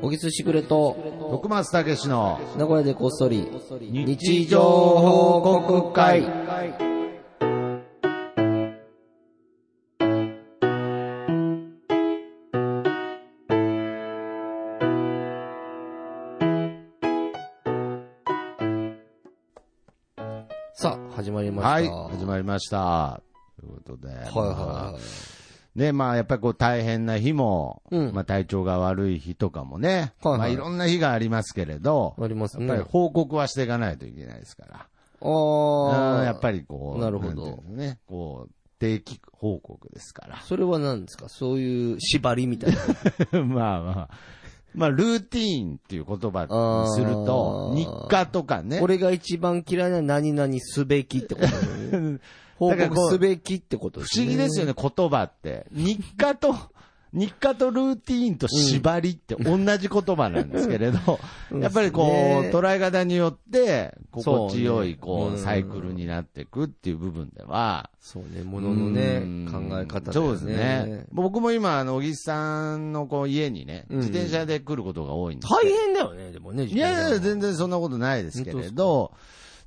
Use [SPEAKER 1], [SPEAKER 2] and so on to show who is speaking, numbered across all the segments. [SPEAKER 1] おぎつしくれと、
[SPEAKER 2] 徳松たけしの
[SPEAKER 1] 名古屋でこっそり、
[SPEAKER 2] 日常報告会。
[SPEAKER 1] さあ、始まりました。
[SPEAKER 2] はい、始まりました。ということで、
[SPEAKER 1] はいはいはい。
[SPEAKER 2] ね、まあやっぱりこう大変な日も、
[SPEAKER 1] うん
[SPEAKER 2] まあ体調が悪い日とかもね、
[SPEAKER 1] はいはい
[SPEAKER 2] まあいろんな日がありますけれど、
[SPEAKER 1] ありますね
[SPEAKER 2] やっぱり報告はしていかないといけないですから。
[SPEAKER 1] あ
[SPEAKER 2] う
[SPEAKER 1] あ
[SPEAKER 2] んやっぱりこう、
[SPEAKER 1] なるほど
[SPEAKER 2] んていうんですかね、こう、定期報告ですか
[SPEAKER 1] それは何ですかそういう縛りみたい な。
[SPEAKER 2] ら。まあまあ。まあ、ルーティーンっていう言葉にすると
[SPEAKER 1] あ、ー
[SPEAKER 2] 日課とかね。
[SPEAKER 1] 俺が一番嫌いな何々すべきってことだよ ね報
[SPEAKER 2] だからこう
[SPEAKER 1] 告すべきってことで
[SPEAKER 2] 不
[SPEAKER 1] すね。
[SPEAKER 2] 思議ですよね、言葉って。日課と、 日課とルーティーンと縛りって同じ言葉なんですけれど、
[SPEAKER 1] うん
[SPEAKER 2] やっぱりこう、
[SPEAKER 1] ね
[SPEAKER 2] 捉え方によって、心地よい、
[SPEAKER 1] そう
[SPEAKER 2] こ
[SPEAKER 1] ね
[SPEAKER 2] う、サイクルになっていくっていう部分では、
[SPEAKER 1] そうね、もののね
[SPEAKER 2] う、ん
[SPEAKER 1] 考え方だ
[SPEAKER 2] そう
[SPEAKER 1] よ
[SPEAKER 2] ですね。。僕も今、あの、小木さんのこう家にね、
[SPEAKER 1] うん
[SPEAKER 2] 自転車で来ることが多いんです
[SPEAKER 1] 大
[SPEAKER 2] けど
[SPEAKER 1] 変だよね、でもね、
[SPEAKER 2] いやいやいや、
[SPEAKER 1] 自
[SPEAKER 2] 全然そんなことないですけ
[SPEAKER 1] 本当
[SPEAKER 2] れ
[SPEAKER 1] です
[SPEAKER 2] ど、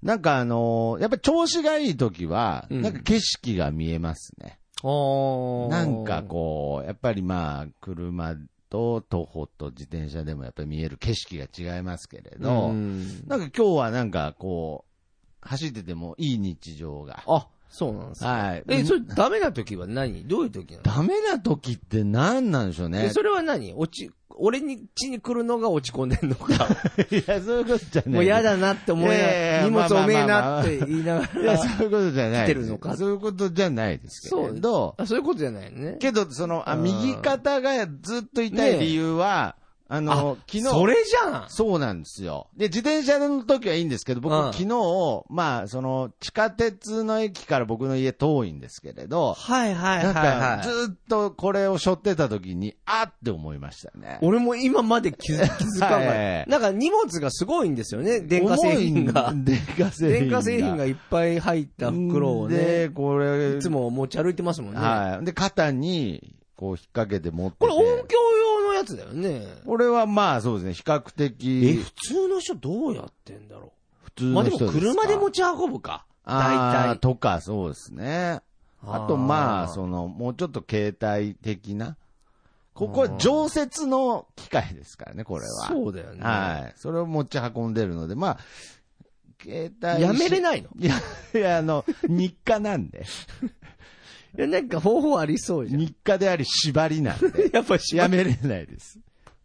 [SPEAKER 2] なんかあのーやっぱ調子がいい時は、
[SPEAKER 1] うん
[SPEAKER 2] なんか景色が見えますね。
[SPEAKER 1] 分が。
[SPEAKER 2] なんかこう、やっぱりまあ、車と徒歩と自転車でもやっぱり見える景色が違いますけれ
[SPEAKER 1] う
[SPEAKER 2] ど、
[SPEAKER 1] ん
[SPEAKER 2] なんか今日はなんかこう、走っててもいい日常が。
[SPEAKER 1] あ、そうなんですか。
[SPEAKER 2] はい。
[SPEAKER 1] え、それダメな時は何どういう時なの
[SPEAKER 2] ダメな時って何なんでしょう
[SPEAKER 1] え、
[SPEAKER 2] ね。
[SPEAKER 1] それは何落ち、俺に家に来るのが落ち込んでんのか。
[SPEAKER 2] いや、そういうことじゃない。
[SPEAKER 1] もう嫌。だなって思いなが
[SPEAKER 2] いやいやい
[SPEAKER 1] ら、
[SPEAKER 2] や
[SPEAKER 1] 荷物おめえなって
[SPEAKER 2] ま
[SPEAKER 1] 言いなが
[SPEAKER 2] いや、
[SPEAKER 1] ら
[SPEAKER 2] そ。ういうことじゃない。
[SPEAKER 1] 来てるのか
[SPEAKER 2] そういうことじゃないですけれど。
[SPEAKER 1] あそういうことじゃないよね。
[SPEAKER 2] けど、その、あ、
[SPEAKER 1] うん
[SPEAKER 2] 右肩がずっと痛い理由は、あの、昨日。
[SPEAKER 1] それじゃん
[SPEAKER 2] そうなんですよ。で、自転車の時はいいんですけど、僕、
[SPEAKER 1] うん
[SPEAKER 2] 昨日、まあ、その、地下鉄の駅から僕の家遠いんですけれど、
[SPEAKER 1] はいはい
[SPEAKER 2] な
[SPEAKER 1] はい
[SPEAKER 2] んか、
[SPEAKER 1] はい。
[SPEAKER 2] ずっとこれを背負ってた時に、あって思いましたね。
[SPEAKER 1] 俺も今まで気づ気づかな
[SPEAKER 2] はいはい
[SPEAKER 1] い
[SPEAKER 2] は。い
[SPEAKER 1] なんか荷物がすごいんですよね、電化製品が
[SPEAKER 2] 重い。ん電化製品
[SPEAKER 1] 電化製品がいっぱい入った袋をね、
[SPEAKER 2] で、これ、
[SPEAKER 1] いつも持ち歩いてますもんね。
[SPEAKER 2] はい。で、肩に、こう、引っ掛けて持って
[SPEAKER 1] こ
[SPEAKER 2] て
[SPEAKER 1] れ音響用のやつだよね。
[SPEAKER 2] これはまあ、そうですね、比較
[SPEAKER 1] え、
[SPEAKER 2] 的、
[SPEAKER 1] 普通の人どうやってんだろ
[SPEAKER 2] 普通
[SPEAKER 1] う。ま
[SPEAKER 2] の
[SPEAKER 1] あで
[SPEAKER 2] 人
[SPEAKER 1] も
[SPEAKER 2] ですか。
[SPEAKER 1] 車で持ち運ぶか。
[SPEAKER 2] あ
[SPEAKER 1] 大
[SPEAKER 2] ー
[SPEAKER 1] 体。
[SPEAKER 2] とか、そうですね。あと、まあ、その、もうちょっと携帯的な。ここは常設の機械ですからね、これは。
[SPEAKER 1] そうだよね。
[SPEAKER 2] はい。それを持ち運んでるので、まあ、携帯。
[SPEAKER 1] やめれ
[SPEAKER 2] な
[SPEAKER 1] な
[SPEAKER 2] い。
[SPEAKER 1] いの
[SPEAKER 2] いや、いや、あの、日課なんで。
[SPEAKER 1] いや、なんか方法ありそうじゃん。
[SPEAKER 2] 日課であり、縛りなんで。
[SPEAKER 1] やっぱし、
[SPEAKER 2] やめれないです。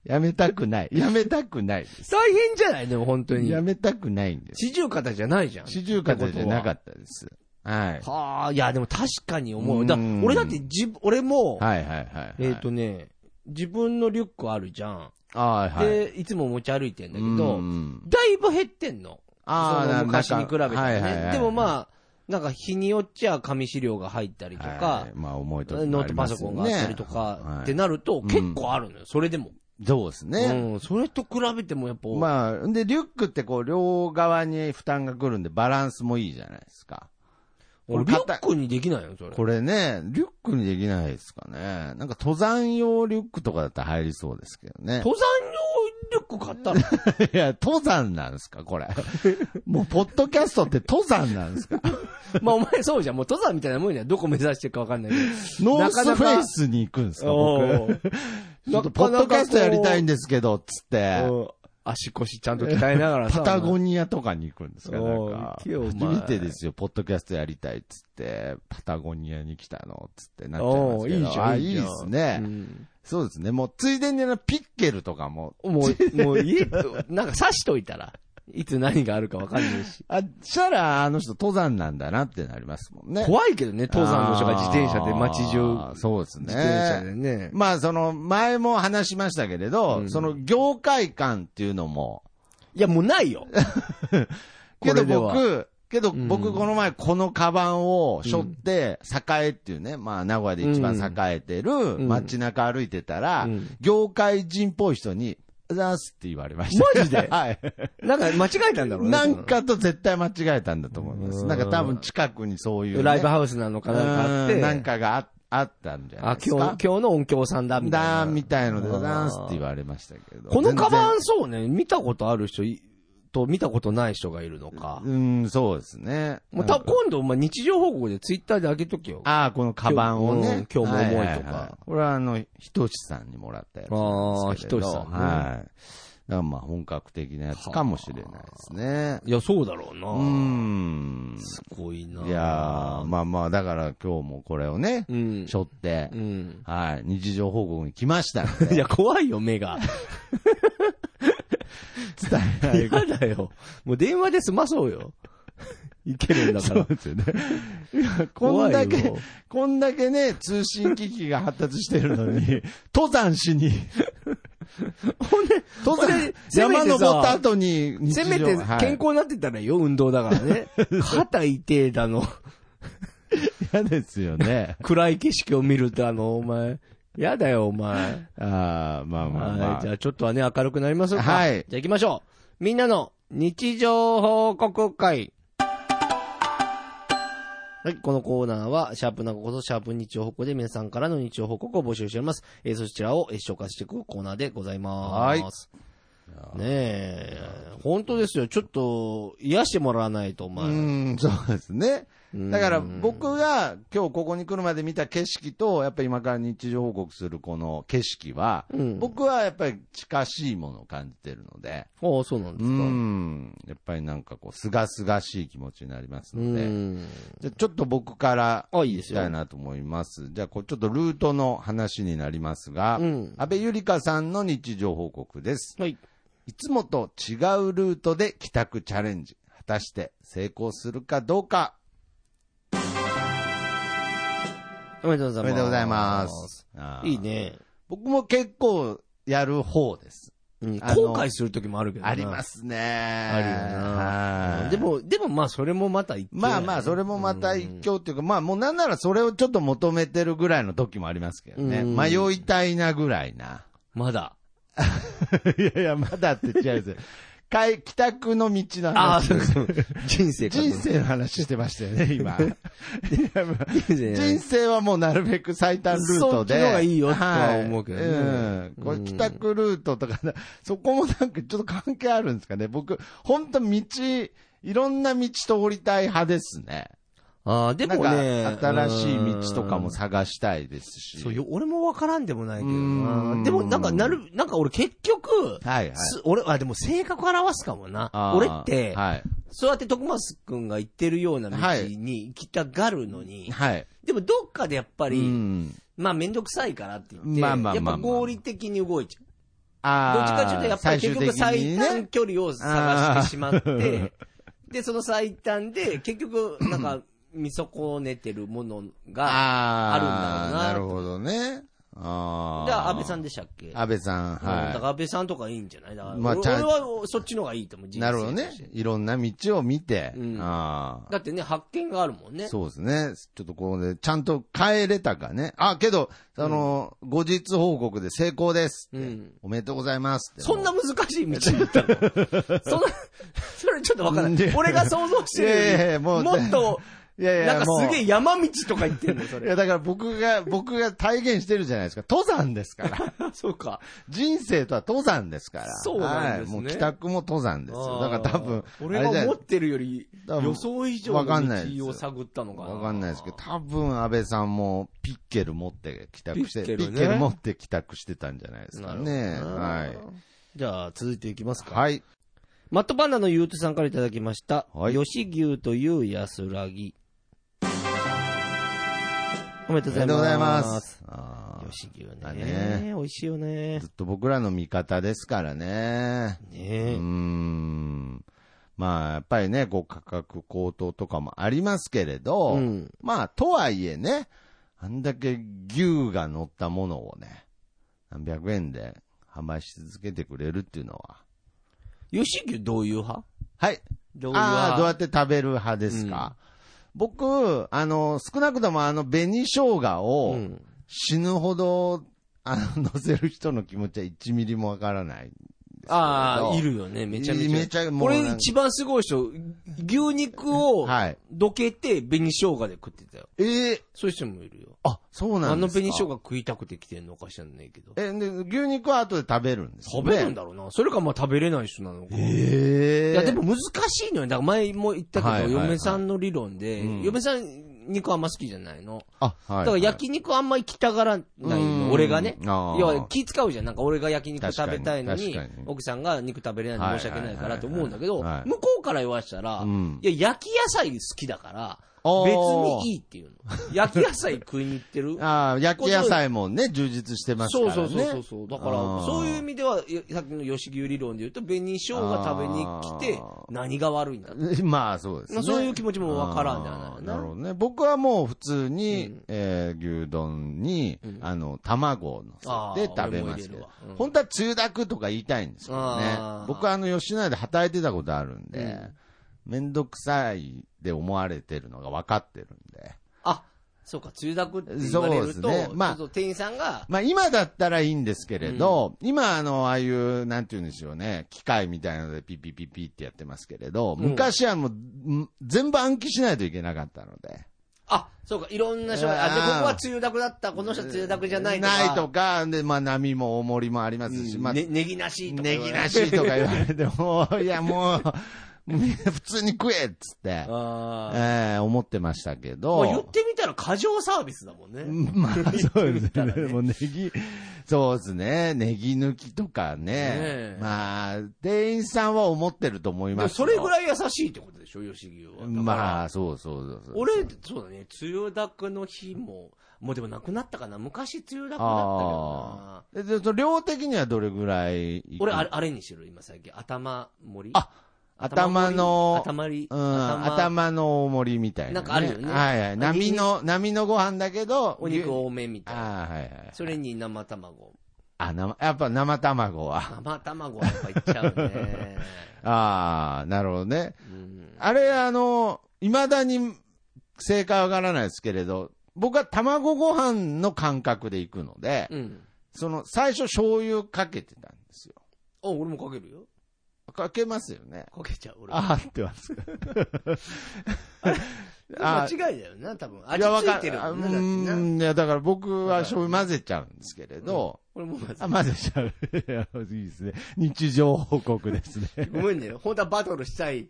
[SPEAKER 2] やめたくない。やめたくないです。
[SPEAKER 1] 大変じゃないでも本当に
[SPEAKER 2] や。めたくないんです。
[SPEAKER 1] 四十肩じゃないじゃん。
[SPEAKER 2] 四十肩じゃなかったです。はい。
[SPEAKER 1] はあ、いや、でも確かに思
[SPEAKER 2] う
[SPEAKER 1] う。
[SPEAKER 2] ん
[SPEAKER 1] だ俺だって自分、俺も、
[SPEAKER 2] はいはいはいはい。
[SPEAKER 1] えっ、とね、自分のリュックあるじゃん。
[SPEAKER 2] あー、はい。
[SPEAKER 1] で、いつも持ち歩いてんだけ
[SPEAKER 2] う
[SPEAKER 1] ど、
[SPEAKER 2] ん
[SPEAKER 1] だいぶ減ってんの。そ
[SPEAKER 2] ああ、
[SPEAKER 1] の
[SPEAKER 2] な
[SPEAKER 1] 昔に比べてね。でも
[SPEAKER 2] あ、
[SPEAKER 1] まあ、なんか日によっちゃ紙資料が入ったりと
[SPEAKER 2] は
[SPEAKER 1] か
[SPEAKER 2] い、まあ、重いと
[SPEAKER 1] ノートパソコンがあったりとかってなると
[SPEAKER 2] うん
[SPEAKER 1] 結構あるのよ、それでも。
[SPEAKER 2] そうですね。
[SPEAKER 1] うん、それと比べてもやっぱ、
[SPEAKER 2] まあ、で、リュックってこう、両側に負担が来るんで、バランスもいいじゃないですか。
[SPEAKER 1] 俺
[SPEAKER 2] こ
[SPEAKER 1] リ
[SPEAKER 2] れ
[SPEAKER 1] ュ
[SPEAKER 2] 肩
[SPEAKER 1] ックにできないの、それ。
[SPEAKER 2] これね、リュックにできないですかね。なんか登山用リュックとかだったら入りそうですけどね。
[SPEAKER 1] 登山用リュック買ったの
[SPEAKER 2] いや、登山なんですか、これ。もう、ポッドキャストって登山なんですか。
[SPEAKER 1] まあお前そうじゃん。もう登山みたいなもんじゃん。どこ目指してるかわ かんないけど。
[SPEAKER 2] ノースフェイスに行くんですか、僕。
[SPEAKER 1] 僕
[SPEAKER 2] ちょっと、ポッドキャストやりたいん
[SPEAKER 1] で。
[SPEAKER 2] ですけど、つって。
[SPEAKER 1] うん足腰ちゃんと鍛えながらさ。
[SPEAKER 2] パタゴニアとかに行くんですか、なん
[SPEAKER 1] おう
[SPEAKER 2] か
[SPEAKER 1] 行。けよお前
[SPEAKER 2] 初めてですよ、ポッドキャストやりたいっつって、パタゴニアに来たのっつってなっちゃいま
[SPEAKER 1] お
[SPEAKER 2] す
[SPEAKER 1] う
[SPEAKER 2] けど。
[SPEAKER 1] いいじゃん。
[SPEAKER 2] あ、いい
[SPEAKER 1] じ
[SPEAKER 2] で
[SPEAKER 1] ゃん
[SPEAKER 2] すね、
[SPEAKER 1] うん
[SPEAKER 2] そうですね。もう、ついでにねピッケルとかも。
[SPEAKER 1] もう、もう家、なんか刺しといたら。いつ何があるかわかんないし。
[SPEAKER 2] あ、したら、あの人登山なんだなってなりますもんね。
[SPEAKER 1] 怖いけどね、登山の人が自転車で街
[SPEAKER 2] あ
[SPEAKER 1] 中
[SPEAKER 2] ー、そうですね。
[SPEAKER 1] 自転車でね。
[SPEAKER 2] まあ、その、前も話しましたけれど、
[SPEAKER 1] うん
[SPEAKER 2] その、業界観っていうのも、
[SPEAKER 1] いや、もうないよ。
[SPEAKER 2] けど
[SPEAKER 1] これでは
[SPEAKER 2] 僕、けど
[SPEAKER 1] う
[SPEAKER 2] 僕
[SPEAKER 1] ん
[SPEAKER 2] この前このカバンを背負って、栄っていうね、まあ名古屋で一番栄えてる
[SPEAKER 1] ん
[SPEAKER 2] 街中歩いてたら
[SPEAKER 1] うん、
[SPEAKER 2] 業界人っぽい人に、ザースって言われました。
[SPEAKER 1] マジで
[SPEAKER 2] はい。
[SPEAKER 1] なんか間違えたんだろうね。
[SPEAKER 2] なんかと絶対間違えたんだと思います。
[SPEAKER 1] うん
[SPEAKER 2] なんか多分近くにそういう
[SPEAKER 1] そ
[SPEAKER 2] ね。
[SPEAKER 1] の、ライブハウスなのかなんかあって。
[SPEAKER 2] うんなんかがああったんじゃな
[SPEAKER 1] あ
[SPEAKER 2] い、です
[SPEAKER 1] 今
[SPEAKER 2] か。
[SPEAKER 1] 日、今日の音響さんだ、みたいな。
[SPEAKER 2] だみたいのでござんすって言われましたけど。
[SPEAKER 1] このカバ
[SPEAKER 2] ン
[SPEAKER 1] ン、そうね、見たことある人いと見たことない人がいるのか。
[SPEAKER 2] うん、そうですね。
[SPEAKER 1] もうた、今度、まあ、日常報告でツイッターで上げときよ。
[SPEAKER 2] ああ、このカバンをね。
[SPEAKER 1] 今日うん今日も重いとか
[SPEAKER 2] これはあの、ひとしさんにもらったやつなんですけれど。
[SPEAKER 1] ああひとしさんね
[SPEAKER 2] はい。だからまあ本格的なやつかもしれないですね。
[SPEAKER 1] いや、そうだろうな。
[SPEAKER 2] うん。
[SPEAKER 1] すごいな。
[SPEAKER 2] いやーまあまあ、だから今日もこれをね、
[SPEAKER 1] うん。
[SPEAKER 2] 背負って
[SPEAKER 1] う、ん。
[SPEAKER 2] はい、日常報告に来ま したの
[SPEAKER 1] い
[SPEAKER 2] で、
[SPEAKER 1] や、怖いよ、目 が。
[SPEAKER 2] 伝えない
[SPEAKER 1] や だよ。もう電話で済まそう よ。いけるんだから。
[SPEAKER 2] ですよね。こんだ
[SPEAKER 1] 怖い
[SPEAKER 2] け
[SPEAKER 1] よ、
[SPEAKER 2] こんだけね、通信機器が発達してるのに、 登山し に、
[SPEAKER 1] ほんで、
[SPEAKER 2] 登
[SPEAKER 1] ほん
[SPEAKER 2] 山
[SPEAKER 1] で、せめ
[SPEAKER 2] 山
[SPEAKER 1] てさ
[SPEAKER 2] 登った後に日常、
[SPEAKER 1] せめて
[SPEAKER 2] はい
[SPEAKER 1] 健康になってたらよ、運動だから ね。肩痛えだの、
[SPEAKER 2] 嫌ですよね。
[SPEAKER 1] 暗い景色を見るだの、お前。やだよ、お前。
[SPEAKER 2] ああ、まあまあま
[SPEAKER 1] はい。じゃ
[SPEAKER 2] あ。
[SPEAKER 1] あちょっとはね、明るくなりましょうか。
[SPEAKER 2] はい
[SPEAKER 1] じゃあ行きましょう。みんなの日常報告会。はい。このコーナーは、シャープなこと、シャープ日常報告で皆さんからの日常報告を募集しております。えーそちらをえー紹介していくコーナーでございます。はい。ねえ、本当ですよ。ちょっと、癒してもらわないと、お
[SPEAKER 2] う
[SPEAKER 1] 前。
[SPEAKER 2] ん、そうですね。
[SPEAKER 1] うん
[SPEAKER 2] だから僕が今日ここに来るまで見た景色と、やっぱり今から日常報告するこの景色は、
[SPEAKER 1] うん
[SPEAKER 2] 僕はやっぱり近しいものを感じてるので、
[SPEAKER 1] ああ、そうなんで
[SPEAKER 2] う
[SPEAKER 1] すか。
[SPEAKER 2] ん、やっぱりなんかこう、すがすがしい気持ちになりますので、
[SPEAKER 1] ん。
[SPEAKER 2] じゃあちょっと僕から
[SPEAKER 1] あ、いいで
[SPEAKER 2] し
[SPEAKER 1] す
[SPEAKER 2] たい
[SPEAKER 1] よ。
[SPEAKER 2] なと思います。じゃあこう、ちょっとルートの話になりますが、
[SPEAKER 1] うん。
[SPEAKER 2] 安倍ゆりかさんの日常報告です。
[SPEAKER 1] はい。
[SPEAKER 2] いつもと違うルートで帰宅チャレンジ。果たして成功するかどうか。
[SPEAKER 1] おめでとうござ
[SPEAKER 2] お
[SPEAKER 1] います。
[SPEAKER 2] めでとうございます。。あー
[SPEAKER 1] いい。ね。
[SPEAKER 2] 僕も結構やる方です。
[SPEAKER 1] うん、
[SPEAKER 2] あの
[SPEAKER 1] 後悔する時もあるけどな
[SPEAKER 2] ありますね。あ
[SPEAKER 1] あるよな。
[SPEAKER 2] はい。
[SPEAKER 1] で、も、でもまあ、それもまた一興だ
[SPEAKER 2] ま
[SPEAKER 1] よ
[SPEAKER 2] あ
[SPEAKER 1] ね
[SPEAKER 2] まあ、それもまた一
[SPEAKER 1] うん
[SPEAKER 2] 興っていうか、まあもうなんならそれをちょっと求めてるぐらいの時もありますけどね。
[SPEAKER 1] うん
[SPEAKER 2] 迷いたいなぐらいな。
[SPEAKER 1] まだ。
[SPEAKER 2] いやいや、まだって違うんですよ。帰帰宅の道の
[SPEAKER 1] ああ、
[SPEAKER 2] 話
[SPEAKER 1] そう。そう。人生かと
[SPEAKER 2] 人生の話してましたよね、今。
[SPEAKER 1] 人生
[SPEAKER 2] 人生はもうなるべく最短ルート
[SPEAKER 1] そ
[SPEAKER 2] で。
[SPEAKER 1] っちの方がいいよとは思うけどね
[SPEAKER 2] はいうん。これ帰宅ルートとか、そこもなんかちょっと関係あるんですかね。僕、本当道、いろんな道通りたい派ですね。
[SPEAKER 1] ああ、でもね
[SPEAKER 2] なん。か新しい道とかも探したいです
[SPEAKER 1] うん
[SPEAKER 2] し。
[SPEAKER 1] そうよ、俺もわからんでもないけど
[SPEAKER 2] う
[SPEAKER 1] な。
[SPEAKER 2] ん
[SPEAKER 1] でも、なんか、なる、なんか俺結局、
[SPEAKER 2] はいはい。
[SPEAKER 1] す俺、あ、でも性格表すかもな
[SPEAKER 2] あ。ー
[SPEAKER 1] 俺って、
[SPEAKER 2] はい。
[SPEAKER 1] そうやって徳松くんが言ってるような道
[SPEAKER 2] はい
[SPEAKER 1] に行きたがるのに、
[SPEAKER 2] はい。
[SPEAKER 1] でもどっかでやっぱり、
[SPEAKER 2] うん
[SPEAKER 1] まあめんどくさいからって言って、
[SPEAKER 2] まあまあまあまあ
[SPEAKER 1] やっぱ合理的に動いちゃう。どっち
[SPEAKER 2] あ
[SPEAKER 1] かというとやっぱり結局最短
[SPEAKER 2] 短
[SPEAKER 1] 距離を探してしまって、 で、その最短で結局なんか見損ねてるものが、
[SPEAKER 2] あ
[SPEAKER 1] あ
[SPEAKER 2] ーな
[SPEAKER 1] る
[SPEAKER 2] る
[SPEAKER 1] ん
[SPEAKER 2] ほどね。あ
[SPEAKER 1] で、
[SPEAKER 2] あ。
[SPEAKER 1] 安倍さんでしたっけ
[SPEAKER 2] 安倍さん、
[SPEAKER 1] うんだから
[SPEAKER 2] は
[SPEAKER 1] 安倍さんとかいいんじゃないだから、
[SPEAKER 2] まあ
[SPEAKER 1] 俺
[SPEAKER 2] ちゃん
[SPEAKER 1] 俺はそっちの方がいいと思う、
[SPEAKER 2] い。
[SPEAKER 1] 人生
[SPEAKER 2] なるほどね
[SPEAKER 1] として。
[SPEAKER 2] いろんな道を見て、
[SPEAKER 1] うん
[SPEAKER 2] あ
[SPEAKER 1] だってね、発見があるもん
[SPEAKER 2] あ。
[SPEAKER 1] ね。
[SPEAKER 2] そうですね。ちょっとここで、ちゃんと帰れたかね。あ、けど、その、後日報告で成功ですって、
[SPEAKER 1] うん
[SPEAKER 2] おめでとうございますって。
[SPEAKER 1] そんな難しい道に行ったの そんな、それちょっとわかん
[SPEAKER 2] い
[SPEAKER 1] ない
[SPEAKER 2] や。
[SPEAKER 1] 俺が想像して
[SPEAKER 2] いやいやい
[SPEAKER 1] る
[SPEAKER 2] や
[SPEAKER 1] より
[SPEAKER 2] もう
[SPEAKER 1] もっと、
[SPEAKER 2] いやいや、
[SPEAKER 1] なんかすげ
[SPEAKER 2] え。
[SPEAKER 1] え山道とか言ってんの、そ
[SPEAKER 2] いや、
[SPEAKER 1] れ。
[SPEAKER 2] だから僕が、僕が体現してるじゃないですか。登山ですから。
[SPEAKER 1] そうか。
[SPEAKER 2] 人生とは登山ですから。
[SPEAKER 1] そうなんですね
[SPEAKER 2] はい、もう帰宅も登山ですよ。だから多分
[SPEAKER 1] あ、ー俺
[SPEAKER 2] あれじゃ
[SPEAKER 1] が
[SPEAKER 2] ない
[SPEAKER 1] 思ってるより、
[SPEAKER 2] 多分
[SPEAKER 1] 予想以上
[SPEAKER 2] わ
[SPEAKER 1] の
[SPEAKER 2] かんないです
[SPEAKER 1] 道を探ったのかな。
[SPEAKER 2] わかんないですけど、多分安倍さんもピッケル持って帰宅して、ピ
[SPEAKER 1] ピ
[SPEAKER 2] ッ
[SPEAKER 1] ッ
[SPEAKER 2] ケ
[SPEAKER 1] ケル
[SPEAKER 2] ル,、
[SPEAKER 1] ね
[SPEAKER 2] 持って帰宅してたんじゃないですかね。は
[SPEAKER 1] じゃあ、続いていきます
[SPEAKER 2] い。
[SPEAKER 1] か。
[SPEAKER 2] はい。
[SPEAKER 1] マットパンダのゆうとさんからいただきました。
[SPEAKER 2] はい
[SPEAKER 1] 吉牛という安らぎ。おめで
[SPEAKER 2] あり
[SPEAKER 1] と
[SPEAKER 2] が
[SPEAKER 1] うご
[SPEAKER 2] とう
[SPEAKER 1] ざ
[SPEAKER 2] ござ
[SPEAKER 1] い
[SPEAKER 2] い
[SPEAKER 1] ま。
[SPEAKER 2] ますす。あー
[SPEAKER 1] 吉牛
[SPEAKER 2] だ
[SPEAKER 1] ね
[SPEAKER 2] ね。
[SPEAKER 1] 美味しいよね
[SPEAKER 2] ず。っと僕らの味方ですからね。うー
[SPEAKER 1] ね
[SPEAKER 2] ん。まあ、やっぱりね、こう価格高騰とかもありますけれど、
[SPEAKER 1] うん
[SPEAKER 2] まあ、とはいえね、あんだけ牛が乗ったものをね、何百円で販売し続けてくれるっていうのは。
[SPEAKER 1] 吉牛どういう派
[SPEAKER 2] はい。
[SPEAKER 1] ど
[SPEAKER 2] ああ、どうやって食べる派ですか。僕、あの、少なくともあの、紅生姜
[SPEAKER 1] う
[SPEAKER 2] を
[SPEAKER 1] ん
[SPEAKER 2] 死ぬほど、あの、乗せる人の気持ちは1ミリもわからないんですけど。
[SPEAKER 1] ああ、いるよね、めちゃめちゃ。
[SPEAKER 2] めちゃもう
[SPEAKER 1] こ
[SPEAKER 2] なんか
[SPEAKER 1] れ一番すごい人、牛肉を
[SPEAKER 2] はい
[SPEAKER 1] どけて紅生姜で食ってたよ。
[SPEAKER 2] ええ
[SPEAKER 1] そういう人もいるよ。
[SPEAKER 2] あ、そうな
[SPEAKER 1] あ
[SPEAKER 2] んで
[SPEAKER 1] の
[SPEAKER 2] すか。
[SPEAKER 1] 紅生姜食いたくて来てんのか知らないけど。
[SPEAKER 2] え、で、牛肉は後で食べるんですよ
[SPEAKER 1] 食
[SPEAKER 2] ね。
[SPEAKER 1] べるんだろうな。それかまあ食べれない人なのか。
[SPEAKER 2] ええ
[SPEAKER 1] いや、でも難しいのよ。だから前も言ったけど、
[SPEAKER 2] はいはいはい
[SPEAKER 1] 嫁さんの理論で、
[SPEAKER 2] うん
[SPEAKER 1] 嫁さん肉あんま好きじゃないの。
[SPEAKER 2] あ、はい、
[SPEAKER 1] だから焼肉あんま行きたがらないの、俺がね。
[SPEAKER 2] うんあー
[SPEAKER 1] 要は気使うじゃん。なんか俺が焼肉食べたいのに
[SPEAKER 2] 確かに確かに
[SPEAKER 1] 奥さんが肉食べれないの申し訳ないからと思うんだけど、
[SPEAKER 2] はいはいはいはい
[SPEAKER 1] 向こうから言わしたら、
[SPEAKER 2] うん
[SPEAKER 1] いや、焼き野菜好きだから、
[SPEAKER 2] おー
[SPEAKER 1] 別にいいっていうの。焼き野菜食いに行ってる
[SPEAKER 2] ああ、焼き野菜もね、充実してますから
[SPEAKER 1] そう
[SPEAKER 2] ね。
[SPEAKER 1] そうそうそう。だから
[SPEAKER 2] あ、ー
[SPEAKER 1] そういう意味では、いさっきの吉牛理論で言うと、紅生姜食べに来て
[SPEAKER 2] あ、ー
[SPEAKER 1] 何が悪いんだ
[SPEAKER 2] まあそうです
[SPEAKER 1] ま
[SPEAKER 2] ね。
[SPEAKER 1] あそういう気持ちもわからんじゃない
[SPEAKER 2] あー
[SPEAKER 1] な
[SPEAKER 2] なるほどね。僕はもう普通に、
[SPEAKER 1] うん
[SPEAKER 2] えー牛丼に、
[SPEAKER 1] うん
[SPEAKER 2] あの、卵を乗せて
[SPEAKER 1] あー
[SPEAKER 2] 食べま
[SPEAKER 1] 俺も入れ
[SPEAKER 2] すけど
[SPEAKER 1] るわうん。
[SPEAKER 2] 本当はつゆだくとか言いたいんですけどね
[SPEAKER 1] あー。
[SPEAKER 2] 僕はあの、吉野家で働いてたことあるんで、
[SPEAKER 1] うん
[SPEAKER 2] めんどくさいで思われてるのが分かってるんで。
[SPEAKER 1] あ、そうか、つゆだくって言われる
[SPEAKER 2] そう
[SPEAKER 1] と、
[SPEAKER 2] ですねまあ
[SPEAKER 1] ちょっと店員さんが、
[SPEAKER 2] まあ今だったらいいんですけれど、今あの、ああいう、なんて言うんでしょうね、機械みたいなのでピッピッピッピッってやってますけれど、
[SPEAKER 1] うん
[SPEAKER 2] 昔はもう、ん全部暗記しないといけなかったので。
[SPEAKER 1] あ、そうか、いろんな人が、あ、
[SPEAKER 2] うん
[SPEAKER 1] で、ここはつゆだくだった、この人はつゆだくじゃないとか。
[SPEAKER 2] ないとか、で、まあ、波も大盛りもありますし、まあ、
[SPEAKER 1] ね
[SPEAKER 2] ね、
[SPEAKER 1] ネギなしとか。
[SPEAKER 2] ぎなしとか言われても、いや、もう、 ね普通に食えっつって、
[SPEAKER 1] あー
[SPEAKER 2] えー思ってましたけ
[SPEAKER 1] まあ言っ
[SPEAKER 2] ど、
[SPEAKER 1] てみたら過剰サービスだもん ね。
[SPEAKER 2] まあ、そうです
[SPEAKER 1] た
[SPEAKER 2] ね。
[SPEAKER 1] らね
[SPEAKER 2] でもネギ、そうですね。ネギ抜きとか
[SPEAKER 1] ね
[SPEAKER 2] ね
[SPEAKER 1] え。
[SPEAKER 2] まあ、店員さんは思ってると思い
[SPEAKER 1] で
[SPEAKER 2] ま
[SPEAKER 1] も
[SPEAKER 2] す
[SPEAKER 1] それぐ
[SPEAKER 2] い。
[SPEAKER 1] らい優しいってことでしょ、吉木は。
[SPEAKER 2] ま
[SPEAKER 1] あ。
[SPEAKER 2] あ、そうそうそう。
[SPEAKER 1] 俺、そうだね、つゆだくの日も、もうでもなくなったかな。昔つゆだくだったけどな。
[SPEAKER 2] ああ。ででその量的にはどれぐらいいく
[SPEAKER 1] 俺、あれ、あれにしてる、今最近。頭盛り。
[SPEAKER 2] あ頭の
[SPEAKER 1] 頭盛り。
[SPEAKER 2] う
[SPEAKER 1] 頭
[SPEAKER 2] ん、
[SPEAKER 1] 盛り
[SPEAKER 2] 頭の大盛りみたい
[SPEAKER 1] な
[SPEAKER 2] な、
[SPEAKER 1] んかあるよね
[SPEAKER 2] はいはい。波の、波のご飯だけど、
[SPEAKER 1] お肉多めみたいな。
[SPEAKER 2] ああ、はいはい。
[SPEAKER 1] それに生卵。
[SPEAKER 2] あ、生、やっぱ生卵は。
[SPEAKER 1] 生卵はやっぱいっちゃう ね。
[SPEAKER 2] ああ、なるほどね。
[SPEAKER 1] うん
[SPEAKER 2] あれ、あの、未だに正解わからないですけれど、僕は卵ご飯の感覚で行くので、
[SPEAKER 1] うん。
[SPEAKER 2] その、最初醤油かけてたんですよ。
[SPEAKER 1] あ、俺もかけるよ。
[SPEAKER 2] かけますよね。
[SPEAKER 1] かけちゃう、俺も。
[SPEAKER 2] ああ、ってます。あ
[SPEAKER 1] 間違いだよな、多分。
[SPEAKER 2] い
[SPEAKER 1] 味つ
[SPEAKER 2] やわか
[SPEAKER 1] いてるもん
[SPEAKER 2] う
[SPEAKER 1] ね、だってな。
[SPEAKER 2] ーん、いや、だから僕は醤油混ぜちゃうんですけれど、
[SPEAKER 1] 俺もまず
[SPEAKER 2] あ、混ぜちゃう。いやいいですね。日常報告ですね。
[SPEAKER 1] ごめんね。本当はバトルしたい、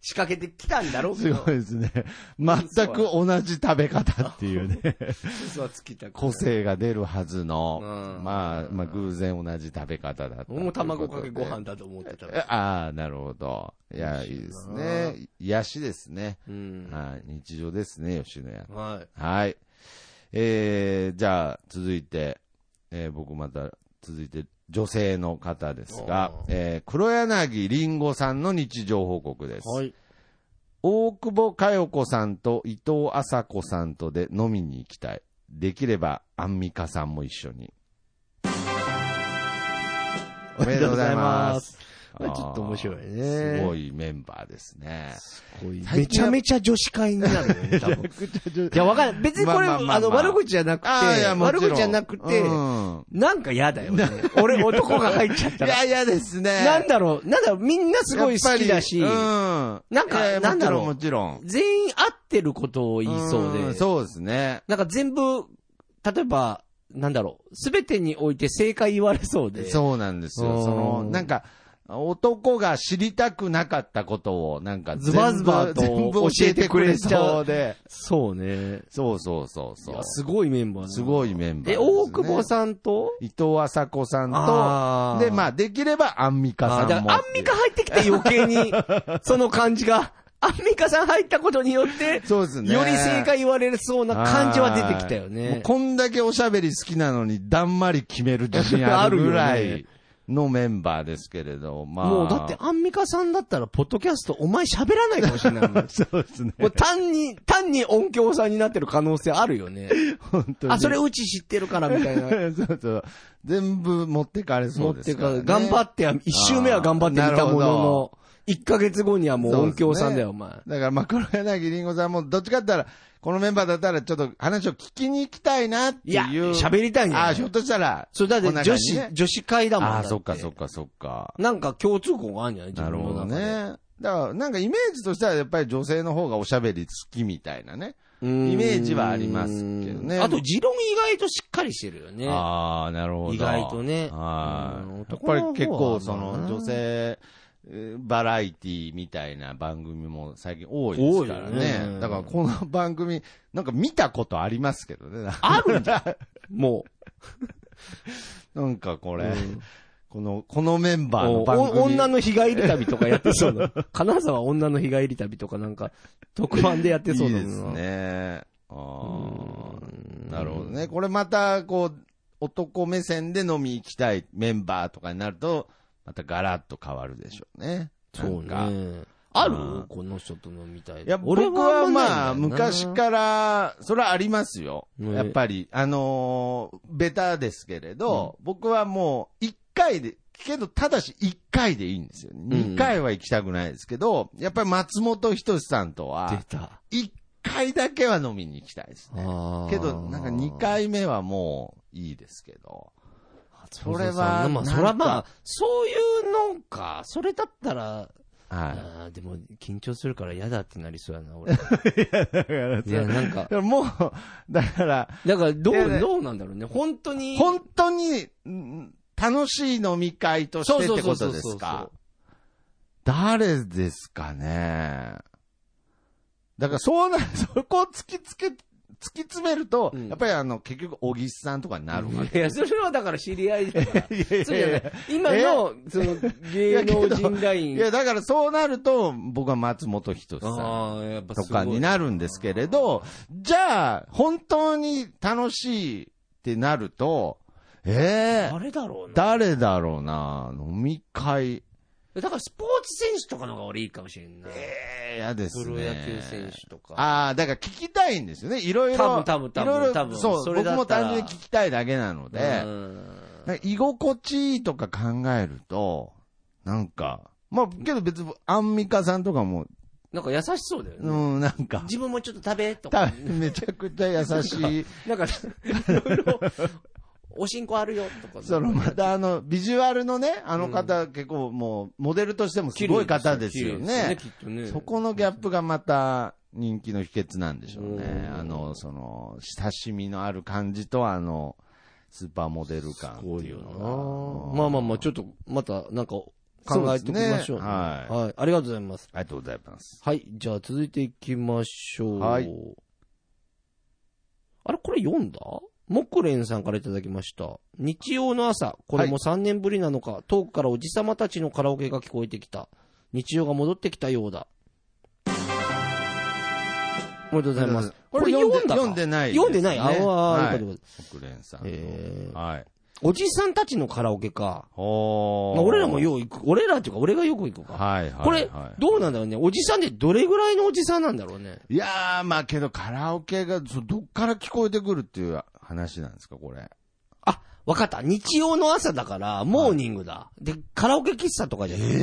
[SPEAKER 1] 仕掛けてきたんだろうけ
[SPEAKER 2] す
[SPEAKER 1] ど
[SPEAKER 2] ごい、ですね。全く同じ食べ方っていうね、
[SPEAKER 1] 嘘はつきたくない
[SPEAKER 2] 個性が出るはずの、
[SPEAKER 1] うん
[SPEAKER 2] まあ、まあ、偶然同じ食べ方だった。
[SPEAKER 1] 俺も卵かけご飯。だと思ってたから。
[SPEAKER 2] ああ、なるほど。いや、いいですね。癒しですね。
[SPEAKER 1] うん。
[SPEAKER 2] はい、日常ですね、吉野家。
[SPEAKER 1] はい。
[SPEAKER 2] はい。えー、じゃあ、続いて、えー僕また、続いて、女性の方ですが
[SPEAKER 1] おー、
[SPEAKER 2] えー、黒柳りんごさんの日常報告です。
[SPEAKER 1] はい。
[SPEAKER 2] 大久保佳代子さんと伊藤麻子さんとで飲みに行きたい。できれば、アンミカさんも一緒に。おめでとうござ
[SPEAKER 1] おめでとうござ
[SPEAKER 2] います。
[SPEAKER 1] いますこれちょっと面白いね
[SPEAKER 2] あーすごいメンバーですね。
[SPEAKER 1] めちゃめちゃ女子会になるよね、多分。 いや、わかんない。別にこれ、
[SPEAKER 2] まあまあまあ
[SPEAKER 1] あの、悪口じゃなくて、
[SPEAKER 2] あーいやもちろ
[SPEAKER 1] 悪
[SPEAKER 2] ん
[SPEAKER 1] 口じゃなくて、
[SPEAKER 2] うん
[SPEAKER 1] なんか嫌だよね。俺、男が入っちゃっ
[SPEAKER 2] い
[SPEAKER 1] たら。
[SPEAKER 2] や、いやですね。
[SPEAKER 1] なんだろう、なんだろう、みんなすごい好きだし、
[SPEAKER 2] やっぱりうん。
[SPEAKER 1] なんか
[SPEAKER 2] いや
[SPEAKER 1] なんだろう
[SPEAKER 2] もちろん、もち
[SPEAKER 1] 全員合ってることを言
[SPEAKER 2] ろん。
[SPEAKER 1] いそうで、
[SPEAKER 2] んそうですね。
[SPEAKER 1] なんか全部、例えば、なんだろう、すべてにおいて正解言われそうで、
[SPEAKER 2] そうなんです
[SPEAKER 1] う
[SPEAKER 2] よ。
[SPEAKER 1] ん
[SPEAKER 2] その、なんか、男が知りたくなかったことを、なんか全部、
[SPEAKER 1] ズバズバと
[SPEAKER 2] 全部教えてくれそうで。
[SPEAKER 1] そうね。
[SPEAKER 2] そうそうそう
[SPEAKER 1] い
[SPEAKER 2] そう
[SPEAKER 1] や、。すごいメンバーだな
[SPEAKER 2] すごいメンバー
[SPEAKER 1] え、
[SPEAKER 2] ですね
[SPEAKER 1] 大久保さんと
[SPEAKER 2] 伊藤麻子さん
[SPEAKER 1] あ
[SPEAKER 2] と、
[SPEAKER 1] ー
[SPEAKER 2] で、まあ、できればアンミカ
[SPEAKER 1] あ
[SPEAKER 2] さ
[SPEAKER 1] ーだ
[SPEAKER 2] ん
[SPEAKER 1] か
[SPEAKER 2] も。
[SPEAKER 1] らアンミカ入ってきて余計 に、その感じが、アンミカさん入ったことによって、
[SPEAKER 2] そうですね。
[SPEAKER 1] より正解言われそうな感じは出てきたよ
[SPEAKER 2] はいもう
[SPEAKER 1] ね。
[SPEAKER 2] こんだけおしゃべり好きなのに、だんまり決める自信あるぐら
[SPEAKER 1] あるよね
[SPEAKER 2] いのメンバーですけれど、まあ。
[SPEAKER 1] もうだってアンミカさんだったら、ポッドキャストお前喋らないかもしれないもん
[SPEAKER 2] そうですね。
[SPEAKER 1] もう単に、単に音響さんになってる可能性あるよね。
[SPEAKER 2] 本当に。
[SPEAKER 1] あ、それうち知ってるからみたいな。
[SPEAKER 2] そうそう。全部持ってかれそ
[SPEAKER 1] 持
[SPEAKER 2] う
[SPEAKER 1] っ
[SPEAKER 2] で
[SPEAKER 1] て
[SPEAKER 2] す
[SPEAKER 1] か、
[SPEAKER 2] からら、ね。
[SPEAKER 1] 頑張っては、一周目は頑張ってみたもの
[SPEAKER 2] なるほ
[SPEAKER 1] の
[SPEAKER 2] ど、
[SPEAKER 1] 1ヶ月後にはもう音響さんだよ、お前。
[SPEAKER 2] だから、まあ、黒柳りんごさんも、どっちかって言ったら、このメンバーだったら、ちょっと話を聞きに行きたいなって
[SPEAKER 1] い
[SPEAKER 2] い
[SPEAKER 1] や、
[SPEAKER 2] う。
[SPEAKER 1] 喋りたいん
[SPEAKER 2] あ
[SPEAKER 1] や
[SPEAKER 2] あ、ひょっとしたら。
[SPEAKER 1] それだって
[SPEAKER 2] こんな
[SPEAKER 1] 女
[SPEAKER 2] 感じ
[SPEAKER 1] 子、
[SPEAKER 2] ね
[SPEAKER 1] 女子会だもん
[SPEAKER 2] ああ、
[SPEAKER 1] だて
[SPEAKER 2] そっかそっかそっか。
[SPEAKER 1] なんか共通項があるんじゃない自
[SPEAKER 2] なる
[SPEAKER 1] 分
[SPEAKER 2] ほ
[SPEAKER 1] の
[SPEAKER 2] ど
[SPEAKER 1] 中で。
[SPEAKER 2] ね。だから、なんかイメージとしては、やっぱり女性の方がおしゃべり好きみたいなね。
[SPEAKER 1] イ
[SPEAKER 2] イメージはありますけどね
[SPEAKER 1] あと、持論意外としっかりしてるよね。
[SPEAKER 2] ああ、なるほ
[SPEAKER 1] 意外とね
[SPEAKER 2] は
[SPEAKER 1] うん
[SPEAKER 2] い。やっ
[SPEAKER 1] 男
[SPEAKER 2] ぱ
[SPEAKER 1] の方は
[SPEAKER 2] り結構、その
[SPEAKER 1] まあ、な
[SPEAKER 2] 女性、えーバラエティみたいな番組も最近多いですから
[SPEAKER 1] 多いよね
[SPEAKER 2] ね。だからこの番組、なんか見たことありますけどね。
[SPEAKER 1] あるんだ。も
[SPEAKER 2] なんかこ
[SPEAKER 1] う。
[SPEAKER 2] れ、
[SPEAKER 1] うん
[SPEAKER 2] この、このメンバー
[SPEAKER 1] お
[SPEAKER 2] の番組。
[SPEAKER 1] 女の日帰り旅とかやってそう な。金沢女の日帰り旅とかなんか、特番でやってそう
[SPEAKER 2] いい
[SPEAKER 1] な
[SPEAKER 2] ですね。
[SPEAKER 1] う
[SPEAKER 2] あ
[SPEAKER 1] ん
[SPEAKER 2] あ、なるほどね。これまた、こう、男目線で飲み行きたいメンバーとかになると、またガラッと変わるでしょうね。
[SPEAKER 1] そう
[SPEAKER 2] なんか
[SPEAKER 1] ね。ある
[SPEAKER 2] うん
[SPEAKER 1] この人と飲みたい。
[SPEAKER 2] いや、
[SPEAKER 1] 俺
[SPEAKER 2] 僕は
[SPEAKER 1] んないんだ
[SPEAKER 2] まあ、
[SPEAKER 1] よな
[SPEAKER 2] 昔から、それはありますよ。
[SPEAKER 1] ね
[SPEAKER 2] やっぱり、あのーベタですけれど、僕はもう、一回で、けど、ただし一回でいいんですよね。
[SPEAKER 1] うん
[SPEAKER 2] 二回は行きたくないですけど、やっぱり松本人志さんとは
[SPEAKER 1] 出、た。
[SPEAKER 2] 一回だけは飲みに行きたいですね。
[SPEAKER 1] あー
[SPEAKER 2] けど、なんか二。回目はもう、いいですけど。
[SPEAKER 1] そ
[SPEAKER 2] そ
[SPEAKER 1] れ
[SPEAKER 2] れ
[SPEAKER 1] は、
[SPEAKER 2] は
[SPEAKER 1] まあ、
[SPEAKER 2] なんか
[SPEAKER 1] それはまあ、そういうのか。それだったら、
[SPEAKER 2] はい。
[SPEAKER 1] あーでも、緊張するから嫌だってなりそうやな、 俺。い
[SPEAKER 2] だから
[SPEAKER 1] や、なんか、
[SPEAKER 2] もう、だから、
[SPEAKER 1] だから、ど、
[SPEAKER 2] いやいうや
[SPEAKER 1] どうなんだろうね。本当に。
[SPEAKER 2] 本当に、うん楽しい飲み会としてってことですか。誰ですかね。だからそうな、 そこを突きつけ、突き詰めると、
[SPEAKER 1] うん
[SPEAKER 2] やっぱりあの、結局、小木さんとかになるわけ。
[SPEAKER 1] いや、それはだから知り 合いだから。
[SPEAKER 2] いや
[SPEAKER 1] そうじゃ ない今の、その、芸能人ライ
[SPEAKER 2] い
[SPEAKER 1] ン。
[SPEAKER 2] や、だからそうなると、僕は松本人志さん
[SPEAKER 1] ああ、やっぱ
[SPEAKER 2] と
[SPEAKER 1] すごい
[SPEAKER 2] かになるんですけれど、じゃあ、本当に楽しいってなると、ええ
[SPEAKER 1] 誰だろうな。
[SPEAKER 2] 誰だろうな、飲み会。
[SPEAKER 1] だから、スポーツ選手とかの方が俺いいかもしれんない。
[SPEAKER 2] ええ嫌ですね。
[SPEAKER 1] プロ野球選手とか。
[SPEAKER 2] ああ、だから聞きたいんですよね。いろいろ。
[SPEAKER 1] 多分多分多分
[SPEAKER 2] いろい
[SPEAKER 1] 多
[SPEAKER 2] ろ、
[SPEAKER 1] 分
[SPEAKER 2] そう、
[SPEAKER 1] それ
[SPEAKER 2] 僕
[SPEAKER 1] だっ
[SPEAKER 2] も
[SPEAKER 1] たら
[SPEAKER 2] 単純に聞きたいだけなので、
[SPEAKER 1] う
[SPEAKER 2] だ
[SPEAKER 1] ん
[SPEAKER 2] から居心地いいとか考えると、なんか、まあ、けど別にアンミカさんとかも、
[SPEAKER 1] なんか優しそうだよ
[SPEAKER 2] う
[SPEAKER 1] ね。
[SPEAKER 2] ん、なんか、
[SPEAKER 1] 自分もちょっと食べと
[SPEAKER 2] 多
[SPEAKER 1] か。
[SPEAKER 2] 分めちゃくちゃ優 しい、
[SPEAKER 1] なんか、いろいろ、おしんこあるよとか。
[SPEAKER 2] そのまたあの、ビジュアルのね、あの方、結構もう、モデルとしてもすごい方ですよね。
[SPEAKER 1] 綺麗ですよきっとね。
[SPEAKER 2] そこのギャップがまた人気の秘訣なんでしょうね
[SPEAKER 1] う。ん
[SPEAKER 2] あの、その、親しみのある感じと、あの、スーパーモデル感っていうのが。
[SPEAKER 1] まあまあま
[SPEAKER 2] あ。
[SPEAKER 1] あ、ちょっと、また、なんか、考えておきましょう,、
[SPEAKER 2] そうですねはい
[SPEAKER 1] はい。ありがとうございます。
[SPEAKER 2] ありがとうございます。
[SPEAKER 1] はい。じゃあ、続いていきましょう。
[SPEAKER 2] はい
[SPEAKER 1] あれ、これ読んだ木蓮さんからいただきました。日曜の朝、これも3年ぶりなのか、遠くからおじさまたちのカラオケが聞こえてきた。日曜が戻ってきたようだ。おめでとうございます。これ読んだか
[SPEAKER 2] 読んでないすね。
[SPEAKER 1] 読んでない。ああ、
[SPEAKER 2] は
[SPEAKER 1] よかった
[SPEAKER 2] い
[SPEAKER 1] よかった
[SPEAKER 2] 国連さん
[SPEAKER 1] えー
[SPEAKER 2] の。はい。
[SPEAKER 1] おじさんたちのカラオケか。
[SPEAKER 2] ほー
[SPEAKER 1] まあ、俺らもよう行く。俺らっていうか、俺がよく行くか。
[SPEAKER 2] はいはいはい。
[SPEAKER 1] これ、どうなんだろうね。おじさんってどれぐらいのおじさんなんだろうね。
[SPEAKER 2] いやー、まあけどカラオケが、そうどっから聞こえてくるっていう話なんですか、これ。
[SPEAKER 1] あ、わかった。日曜の朝だから、モーニングだ。で、カラオケ喫茶とかじゃない。っ
[SPEAKER 2] え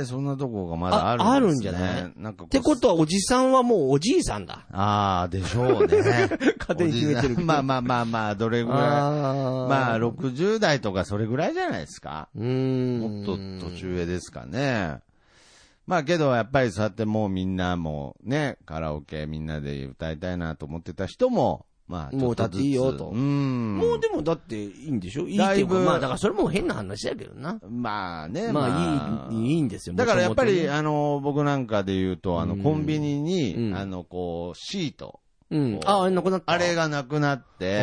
[SPEAKER 2] えー、そんなとこがまだあるんですね
[SPEAKER 1] ああるんじゃない
[SPEAKER 2] なんかこう
[SPEAKER 1] てことは、おじさんはもうおじいさん だ。
[SPEAKER 2] ああ、でしょうね。
[SPEAKER 1] 勝手に決めてるけど
[SPEAKER 2] まあまあまあまあ、どれぐらい。
[SPEAKER 1] あ
[SPEAKER 2] まあ、
[SPEAKER 1] う
[SPEAKER 2] 60代とかそれぐらいじゃないですか。
[SPEAKER 1] ーん。
[SPEAKER 2] もっと途中上ですかね。まあけど、やっぱりそうやってもうみんなもうね、カラオケみんなで歌いたいなと思ってた人も、まあ、
[SPEAKER 1] もう歌っていいよ
[SPEAKER 2] ちょっず
[SPEAKER 1] と
[SPEAKER 2] つうん。
[SPEAKER 1] もうでもだっていいんでしょいいっ
[SPEAKER 2] だ
[SPEAKER 1] てい
[SPEAKER 2] いうぶ
[SPEAKER 1] か、まあだからそれも変な話だけどな。
[SPEAKER 2] まあね、
[SPEAKER 1] まあいい、いいんですよ。
[SPEAKER 2] だからやっぱり、
[SPEAKER 1] 元
[SPEAKER 2] あの、僕なんかで言うと、あ
[SPEAKER 1] う
[SPEAKER 2] の、
[SPEAKER 1] ん
[SPEAKER 2] コンビニに、
[SPEAKER 1] うん
[SPEAKER 2] あの、こう、シート。
[SPEAKER 1] 々ね、うん。あ、あれなくなった。
[SPEAKER 2] あ
[SPEAKER 1] が、
[SPEAKER 2] れがなくなって、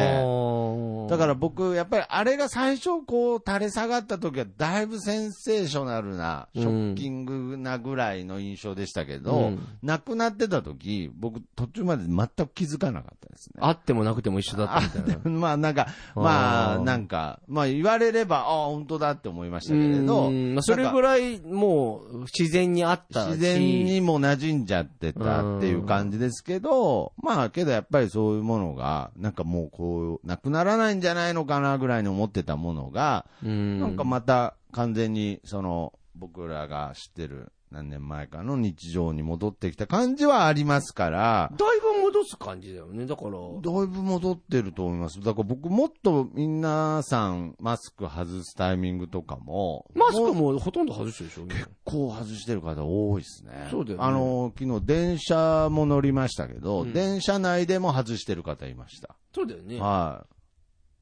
[SPEAKER 1] だ
[SPEAKER 2] だから、僕、やっぱりあれが最初こう垂れ下がった時はだいぶセンセーショナルな、
[SPEAKER 1] うん
[SPEAKER 2] ショッキングなぐらいの印象でしたけど、
[SPEAKER 1] うん
[SPEAKER 2] なくなってた時、僕途中まで全く気づかなかったですね。
[SPEAKER 1] あってもなくても一緒だったみたいな。
[SPEAKER 2] まあなんか、ま
[SPEAKER 1] あ
[SPEAKER 2] あ
[SPEAKER 1] ー
[SPEAKER 2] なんか、まあ言われれば、ああ、本当だって思いましたけれど、
[SPEAKER 1] うんまあ、それぐ
[SPEAKER 2] い
[SPEAKER 1] らいもう自然にあったし
[SPEAKER 2] 自然にも馴染んじゃってたっていう感じですけど、まあけどやっぱりそういうものが、なんかもうこう、なくならないんじゃないのかなぐらいに思ってたものが、
[SPEAKER 1] うん
[SPEAKER 2] なんかまた完全に、その、僕らが知ってる、何年前かの日常に戻ってきた感じはありますから、
[SPEAKER 1] だいぶ戻す感じだよね。だから、
[SPEAKER 2] だいぶ戻ってると思います。だから僕もっと皆さんマスク外すタイミングとかも、
[SPEAKER 1] マスクもほとんど外してるでしょ。
[SPEAKER 2] 結構外してる方多いですね。
[SPEAKER 1] そうだよね
[SPEAKER 2] あの、昨日電車も乗りましたけど、
[SPEAKER 1] うん
[SPEAKER 2] 電車内でも外してる方いました。
[SPEAKER 1] そうだよね。
[SPEAKER 2] は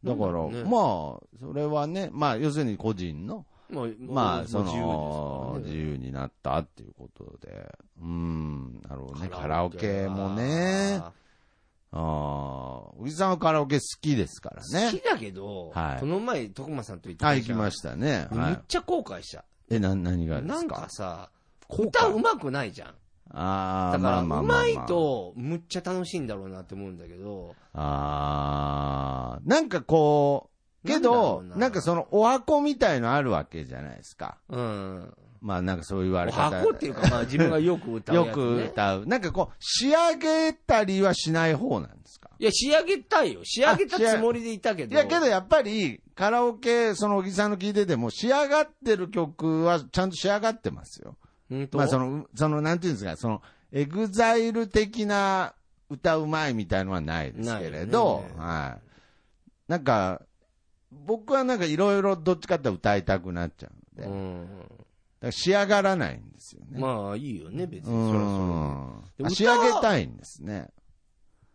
[SPEAKER 2] い。だか
[SPEAKER 1] なんだ
[SPEAKER 2] ら、
[SPEAKER 1] ろうね
[SPEAKER 2] まあ、それはね、まあ、要するに個人の、
[SPEAKER 1] まあ、
[SPEAKER 2] まあ、そ
[SPEAKER 1] 自
[SPEAKER 2] の、
[SPEAKER 1] 由ですから
[SPEAKER 2] 自
[SPEAKER 1] ね
[SPEAKER 2] 由になったっていうことで、うん、なるほどね。カ
[SPEAKER 1] カ
[SPEAKER 2] ラ
[SPEAKER 1] ラ
[SPEAKER 2] オ
[SPEAKER 1] オ
[SPEAKER 2] ケ
[SPEAKER 1] ケ
[SPEAKER 2] もね、
[SPEAKER 1] あ
[SPEAKER 2] ああ、小木さんはカラオケ好きですから
[SPEAKER 1] ー好
[SPEAKER 2] ね。
[SPEAKER 1] きだけど、
[SPEAKER 2] はい
[SPEAKER 1] この前、徳間さんと行って
[SPEAKER 2] あ、行きま
[SPEAKER 1] し
[SPEAKER 2] したね。は
[SPEAKER 1] めっ
[SPEAKER 2] い。
[SPEAKER 1] ちゃ後悔した。
[SPEAKER 2] え、な、何がですか
[SPEAKER 1] なんかさ、
[SPEAKER 2] 悔
[SPEAKER 1] 歌うまくないじゃん。
[SPEAKER 2] ああ、
[SPEAKER 1] だか
[SPEAKER 2] ま
[SPEAKER 1] ら、
[SPEAKER 2] あ
[SPEAKER 1] う
[SPEAKER 2] まあ
[SPEAKER 1] まい
[SPEAKER 2] まあまあ、
[SPEAKER 1] と、むっちゃ楽しいんだろうなって思うんだけど、
[SPEAKER 2] ああ、なんかこう、
[SPEAKER 1] な
[SPEAKER 2] けど、
[SPEAKER 1] んだろう
[SPEAKER 2] な
[SPEAKER 1] なん
[SPEAKER 2] かその、お箱みたいのあるわけじゃないですか。
[SPEAKER 1] うん。
[SPEAKER 2] まあなんかそういう言われ方。
[SPEAKER 1] 箱っていうか、まあ自分がよく歌うやつ、
[SPEAKER 2] よ
[SPEAKER 1] ね。
[SPEAKER 2] く歌う。なんかこう、仕上げたりはしない方なんですか
[SPEAKER 1] いや、仕上げたいよ。仕上げたつもりでいたけ
[SPEAKER 2] い
[SPEAKER 1] ど。
[SPEAKER 2] や、けどやっぱり、カラオケ、その小木さんの聞いてても、仕上がってる曲はちゃんと仕上がってますよ。
[SPEAKER 1] うんと、
[SPEAKER 2] まあその、その、なんていうんですか、その、エグザイル的な歌うまいみたいのはないですけれど
[SPEAKER 1] ない、ね
[SPEAKER 2] はい。なんか、僕はなんかいろいろどっちかって歌いたくなっちゃうんで、
[SPEAKER 1] う
[SPEAKER 2] だか
[SPEAKER 1] ん。
[SPEAKER 2] ら仕上がらないんですよね。
[SPEAKER 1] まあ、いいよね、別に。
[SPEAKER 2] う
[SPEAKER 1] それは
[SPEAKER 2] ん
[SPEAKER 1] で
[SPEAKER 2] あ
[SPEAKER 1] 歌は
[SPEAKER 2] 仕上げたいんですね。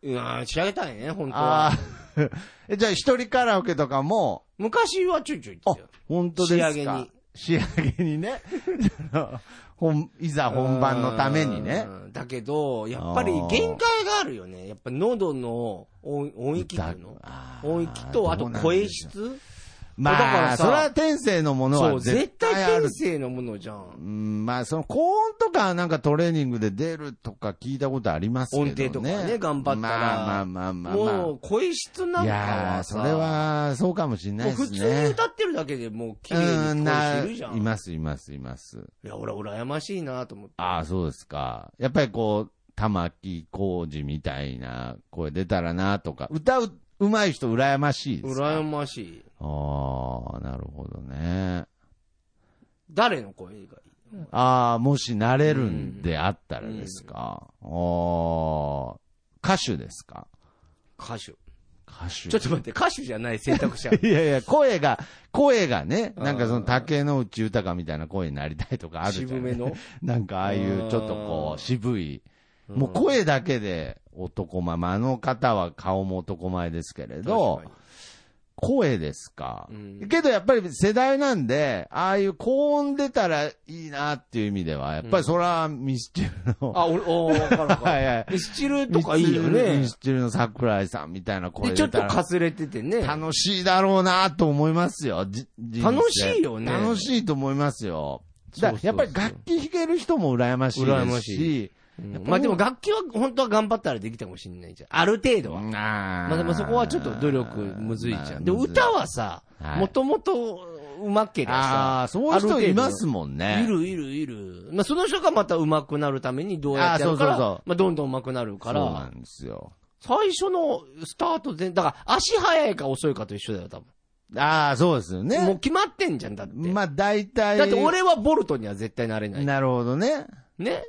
[SPEAKER 1] それで。うん、仕上げたいね、本当は。
[SPEAKER 2] ああ。 えじゃあ一人カラオケとかも、
[SPEAKER 1] 昔はちょいちょい行ってたよ。
[SPEAKER 2] 本当ですか
[SPEAKER 1] 仕上げに。
[SPEAKER 2] 仕上げにね。 その本いざ本番のためにね
[SPEAKER 1] う。ん。だけど、やっぱり限界があるよね。やっぱ喉の音音域っていうの
[SPEAKER 2] あー
[SPEAKER 1] 音域と、あと声質
[SPEAKER 2] まあ、
[SPEAKER 1] だからさ
[SPEAKER 2] それは天性のもの
[SPEAKER 1] そ
[SPEAKER 2] は
[SPEAKER 1] う、絶
[SPEAKER 2] 絶対あ
[SPEAKER 1] 対
[SPEAKER 2] る
[SPEAKER 1] 天。性のものじゃ。
[SPEAKER 2] うんん、まあ、その高音とかなんかトレーニングで出るとか聞いたことありますけどね。
[SPEAKER 1] 音程とかね頑張ったら
[SPEAKER 2] まあまあまあまあまあ。
[SPEAKER 1] もう、声質なん
[SPEAKER 2] い
[SPEAKER 1] か
[SPEAKER 2] やー
[SPEAKER 1] はさ、
[SPEAKER 2] それは、そうかもしれない
[SPEAKER 1] もう
[SPEAKER 2] ですね。
[SPEAKER 1] 普通に歌ってるだけでもう綺麗に声質いるじゃ。
[SPEAKER 2] うんい
[SPEAKER 1] い
[SPEAKER 2] ます、います、います。
[SPEAKER 1] や、俺、羨ましいなと思って。
[SPEAKER 2] ああ、そうですか。やっぱりこう、玉木浩二みたいな声出たらなとか、歌う、うまい人羨ましいですか
[SPEAKER 1] 羨ましい。
[SPEAKER 2] ああ、なるほどね。
[SPEAKER 1] 誰の声がいい
[SPEAKER 2] ああ、もしなれるんであったらですか。ああ、歌手ですか
[SPEAKER 1] 歌手。
[SPEAKER 2] 歌手。
[SPEAKER 1] ちょっと待って、歌手じゃない選択肢ある
[SPEAKER 2] いやいや、声が、声がね、
[SPEAKER 1] うん
[SPEAKER 2] なんかその竹野内豊みたいな声になりたいと かあるじゃん。
[SPEAKER 1] 渋めの。
[SPEAKER 2] なんかああいうちょっとこう渋い、もう声だけで男前、まあ、あの方は顔も男前ですけれど
[SPEAKER 1] 確、か
[SPEAKER 2] 声ですか
[SPEAKER 1] に、うん
[SPEAKER 2] けどやっぱり世代なんで、ああいう高音出たらいいなっていう意味では、やっぱりそれはミスチルの、
[SPEAKER 1] あ、俺、おーわかるわか
[SPEAKER 2] はいはい。
[SPEAKER 1] る。スチルとかいいよ
[SPEAKER 2] ミ
[SPEAKER 1] ね
[SPEAKER 2] ス。チルの桜井さんみたいな声
[SPEAKER 1] で、ちょ
[SPEAKER 2] 出
[SPEAKER 1] っと
[SPEAKER 2] たら
[SPEAKER 1] か。すれててね。
[SPEAKER 2] 楽しいだろうなと思いますよ。じ人生
[SPEAKER 1] 楽しいよね
[SPEAKER 2] 楽しいと思いますよ。
[SPEAKER 1] そう
[SPEAKER 2] だ
[SPEAKER 1] そうそう
[SPEAKER 2] やっぱり楽器弾ける人も羨ましいです
[SPEAKER 1] 羨まし
[SPEAKER 2] し
[SPEAKER 1] うん
[SPEAKER 2] やっぱ
[SPEAKER 1] まあでも楽器は本当は頑張ったらできたかもしれないじゃん。ある程度は。
[SPEAKER 2] ま
[SPEAKER 1] まあでもそこはちょっと努力むずいじゃん。で、歌はさ
[SPEAKER 2] は、い
[SPEAKER 1] もともとうまけりゃ
[SPEAKER 2] ああ、そういう人いますもん
[SPEAKER 1] さ、い
[SPEAKER 2] ね。
[SPEAKER 1] るいるいる。まあその人がまたうまくなるためにどうやってやるか
[SPEAKER 2] あー
[SPEAKER 1] ら、
[SPEAKER 2] そうそうそう
[SPEAKER 1] まあどんどんうまくなるか
[SPEAKER 2] そうな
[SPEAKER 1] ら、
[SPEAKER 2] んですよ。
[SPEAKER 1] 最初のスタート全、だから足早いか遅いかと一緒だよ、多分。
[SPEAKER 2] ああ、そうです
[SPEAKER 1] もう
[SPEAKER 2] よね。
[SPEAKER 1] 決まってんじゃん、だって。
[SPEAKER 2] まあ大体。
[SPEAKER 1] だって俺はボルトには絶対なれない。
[SPEAKER 2] なるほどね。
[SPEAKER 1] ね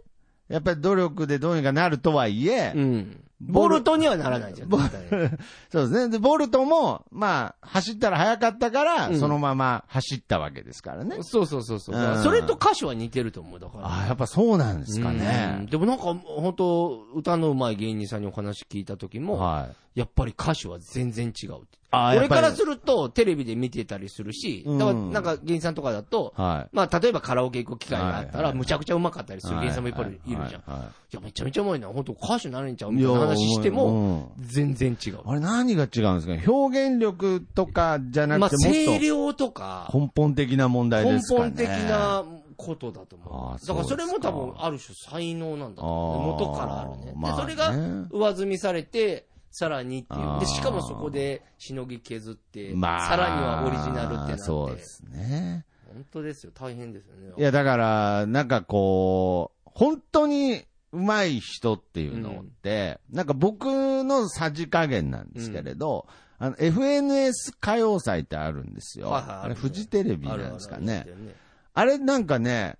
[SPEAKER 2] やっぱり努力でどうにかなるとはいえ、
[SPEAKER 1] うん。ボルトにはならないじゃん、絶対
[SPEAKER 2] そうですね。で、ボルトも、まあ、走ったら速かったから、
[SPEAKER 1] うん
[SPEAKER 2] そのまま走ったわけですからね。
[SPEAKER 1] そうそうそうそう。
[SPEAKER 2] うん
[SPEAKER 1] だからそれと歌手は似てると思う、だから。
[SPEAKER 2] ああ、やっぱそうなんですか
[SPEAKER 1] うん
[SPEAKER 2] ね。
[SPEAKER 1] でもなんか、本当歌の上手い芸人さんにお話聞いた時も、
[SPEAKER 2] はい。
[SPEAKER 1] やっぱり歌手は全然違うって。
[SPEAKER 2] ああ、やっ
[SPEAKER 1] 俺
[SPEAKER 2] ぱ
[SPEAKER 1] か
[SPEAKER 2] り
[SPEAKER 1] らすると、テレビで見てたりするし、
[SPEAKER 2] うん
[SPEAKER 1] だからなんか芸人さんとかだと、
[SPEAKER 2] はい。
[SPEAKER 1] まあ、例えばカラオケ行く機会があった
[SPEAKER 2] はいは
[SPEAKER 1] ら、
[SPEAKER 2] い
[SPEAKER 1] むちゃくちゃ上手かったりする芸人さんもいっぱいいるじゃん。
[SPEAKER 2] はいはは
[SPEAKER 1] や、めちゃめちゃ上手いな、本当歌手になれんちゃう
[SPEAKER 2] い
[SPEAKER 1] みたいな話して
[SPEAKER 2] い
[SPEAKER 1] も、
[SPEAKER 2] やう
[SPEAKER 1] 全
[SPEAKER 2] ん
[SPEAKER 1] 然違う。
[SPEAKER 2] あれ何が違うんですか表現力とかじゃな
[SPEAKER 1] まあ、
[SPEAKER 2] くても
[SPEAKER 1] 声
[SPEAKER 2] っ
[SPEAKER 1] 量とか
[SPEAKER 2] と、根本的な問題
[SPEAKER 1] 根
[SPEAKER 2] ですかね。
[SPEAKER 1] 本的。なことだと
[SPEAKER 2] あ
[SPEAKER 1] 思
[SPEAKER 2] ー
[SPEAKER 1] う。だからそれも多
[SPEAKER 2] そうです
[SPEAKER 1] 分
[SPEAKER 2] か
[SPEAKER 1] ある種才能なんだと
[SPEAKER 2] あ
[SPEAKER 1] 思
[SPEAKER 2] ー
[SPEAKER 1] う。元からあるね。
[SPEAKER 2] まあね
[SPEAKER 1] で、それが上積みされて、さらにってい
[SPEAKER 2] あー
[SPEAKER 1] う。で、しかもそこでしのぎ削って、
[SPEAKER 2] まあ。
[SPEAKER 1] さらにはオリジナルってなって。
[SPEAKER 2] そうですね。
[SPEAKER 1] 本当ですよ。大変ですよね。
[SPEAKER 2] いや、だから、なんかこう、本当に上手い人っていうのって、なんか僕のさじ加減なんですけれど、あの、FNS 歌謡祭ってあるんですよ。
[SPEAKER 1] はいはいある
[SPEAKER 2] あれ、フジテレビなんですかね。
[SPEAKER 1] あるあるある
[SPEAKER 2] あれなんかね、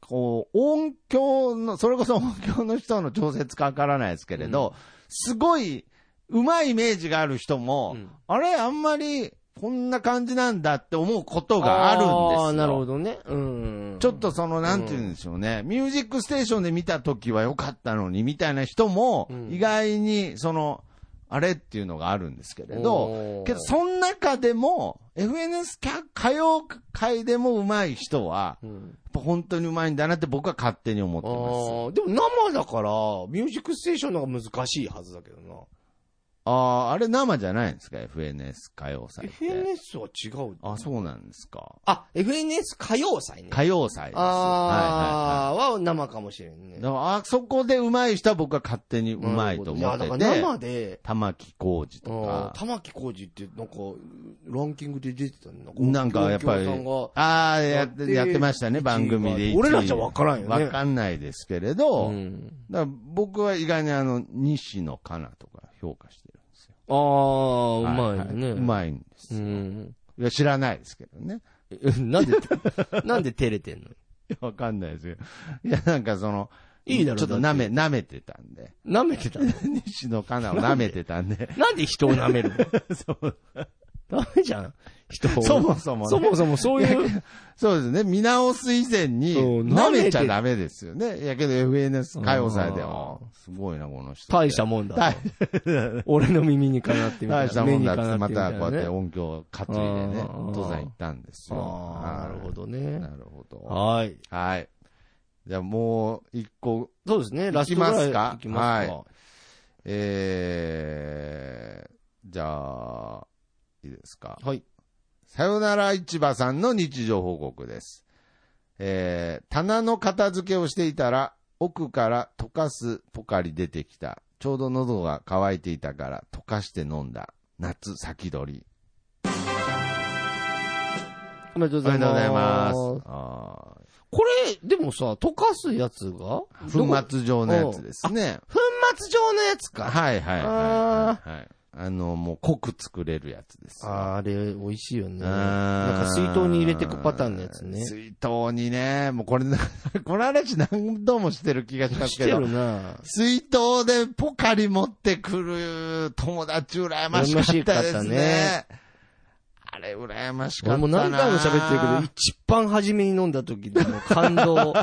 [SPEAKER 2] こう、音響の、それこそ音響の人の調節かわからないですけれど、すごい、うまいイメージがある人も、
[SPEAKER 1] うん
[SPEAKER 2] あれ、あんまり、こんな感じなんだって思うことがあるんですよ。
[SPEAKER 1] あーなるほどね。うん。
[SPEAKER 2] ちょっとその、なんて言うんでしょうね、ミュージックステーションで見た時は良かったのに、みたいな人も
[SPEAKER 1] う、ん
[SPEAKER 2] 意外に、その、あれっていうのがあるんですけれ
[SPEAKER 1] お
[SPEAKER 2] ど
[SPEAKER 1] ー、
[SPEAKER 2] けど、その中でも、FNS 歌歌謡界でも上手い人は、
[SPEAKER 1] う
[SPEAKER 2] やっ
[SPEAKER 1] ん
[SPEAKER 2] ぱ本当に上手いんだなって僕は勝手に思って
[SPEAKER 1] あ
[SPEAKER 2] ます。
[SPEAKER 1] ーでも生だから、ミュージックステーションの方が難しいはずだけどな。
[SPEAKER 2] ああー、あれ生じゃないんですか ?FNS 歌謡祭って。
[SPEAKER 1] FNS は違う。
[SPEAKER 2] あ、そうなんですか。
[SPEAKER 1] あ、FNS 歌謡祭ね。
[SPEAKER 2] 歌謡祭です。はいはいはい
[SPEAKER 1] あー、は生かもしれんね。
[SPEAKER 2] だからあそこで上手い人は僕は勝手に上手いと思って
[SPEAKER 1] やだから
[SPEAKER 2] て、
[SPEAKER 1] 生で、
[SPEAKER 2] 玉置浩二と
[SPEAKER 1] うん
[SPEAKER 2] か、
[SPEAKER 1] 玉置浩二ってなんか、ランキングで出てたの
[SPEAKER 2] なんかやっぱり
[SPEAKER 1] 音響さんが、
[SPEAKER 2] ああ、
[SPEAKER 1] や
[SPEAKER 2] や
[SPEAKER 1] っ
[SPEAKER 2] ってて、やってましたね、番組で。
[SPEAKER 1] 俺らじゃ分からんよね
[SPEAKER 2] わかんないですけれど、
[SPEAKER 1] うん
[SPEAKER 2] だから僕は意外にあの、西野カナとか評価してるんですよ。
[SPEAKER 1] あー、うまいよね。
[SPEAKER 2] はうまいんです
[SPEAKER 1] う
[SPEAKER 2] よ。
[SPEAKER 1] ん。
[SPEAKER 2] いや、知らないですけどね。
[SPEAKER 1] なんで、なんで照れてんの
[SPEAKER 2] いやわかんないですよ。いや、なんかその、
[SPEAKER 1] いいだろ
[SPEAKER 2] ちょっと
[SPEAKER 1] だっ
[SPEAKER 2] 舐
[SPEAKER 1] て
[SPEAKER 2] め、舐めてた んで。
[SPEAKER 1] 舐めて たの
[SPEAKER 2] 西野カナを舐めてたんで。
[SPEAKER 1] なんで人を舐める
[SPEAKER 2] そう
[SPEAKER 1] のダメじゃん。人を。
[SPEAKER 2] そもそもね
[SPEAKER 1] そもそもそういう。
[SPEAKER 2] そうですね。見直す以前に、
[SPEAKER 1] そう
[SPEAKER 2] 舐
[SPEAKER 1] 舐め
[SPEAKER 2] めち
[SPEAKER 1] て
[SPEAKER 2] ゃダメですよね。いやけど FNS 歌謡祭でも、あすごいな、この人。
[SPEAKER 1] 大したもんだ。俺の耳にかなってみたいな。
[SPEAKER 2] 大したもんだっ
[SPEAKER 1] 目にか
[SPEAKER 2] て、
[SPEAKER 1] な
[SPEAKER 2] ま
[SPEAKER 1] みいな
[SPEAKER 2] た
[SPEAKER 1] ね
[SPEAKER 2] こうやって音響を担いで
[SPEAKER 1] う
[SPEAKER 2] ね、
[SPEAKER 1] ん
[SPEAKER 2] 登山行ったんですよ。
[SPEAKER 1] ああ、なるほ
[SPEAKER 2] ど。
[SPEAKER 1] どね
[SPEAKER 2] な。るほど。
[SPEAKER 1] はい。
[SPEAKER 2] はい。じゃあもう、一個、
[SPEAKER 1] そうですね。ラ
[SPEAKER 2] 行
[SPEAKER 1] ス
[SPEAKER 2] き
[SPEAKER 1] トぐ
[SPEAKER 2] ま
[SPEAKER 1] らい
[SPEAKER 2] すか
[SPEAKER 1] 行きますか。
[SPEAKER 2] えー、じゃあ、いいですか。
[SPEAKER 1] はい。
[SPEAKER 2] さよなら市場さんの日常報告です。えー、棚の片付けをしていたら、奥から溶かすポカリ出てきた。ちょうど喉が渇いていたから溶かして飲んだ。夏先取り。
[SPEAKER 1] おめでとうございま
[SPEAKER 2] おめでとう
[SPEAKER 1] す。
[SPEAKER 2] ございます。あ
[SPEAKER 1] これ、でもさ、溶かすやつが
[SPEAKER 2] ー
[SPEAKER 1] どこ
[SPEAKER 2] 粉末状のやつですね。
[SPEAKER 1] 粉末状のやつか。
[SPEAKER 2] はいはいはい
[SPEAKER 1] あ
[SPEAKER 2] はい、はい。あの、もう濃く作れるやつですよ。
[SPEAKER 1] あれ、美味しいよね。
[SPEAKER 2] あー
[SPEAKER 1] なんか水筒に入れてくパターンのやつね。
[SPEAKER 2] 水筒にね、もうこれ、 この話何度もしてる気がします
[SPEAKER 1] して
[SPEAKER 2] けど
[SPEAKER 1] る。な
[SPEAKER 2] 水筒でポカリ持ってくる友達羨ましかったで
[SPEAKER 1] 羨まし
[SPEAKER 2] す
[SPEAKER 1] かった
[SPEAKER 2] ね。
[SPEAKER 1] ね
[SPEAKER 2] あれ羨ましかっ
[SPEAKER 1] 俺
[SPEAKER 2] たな。
[SPEAKER 1] も何回も喋ってるけど、一番初めに飲んだ時の感 動。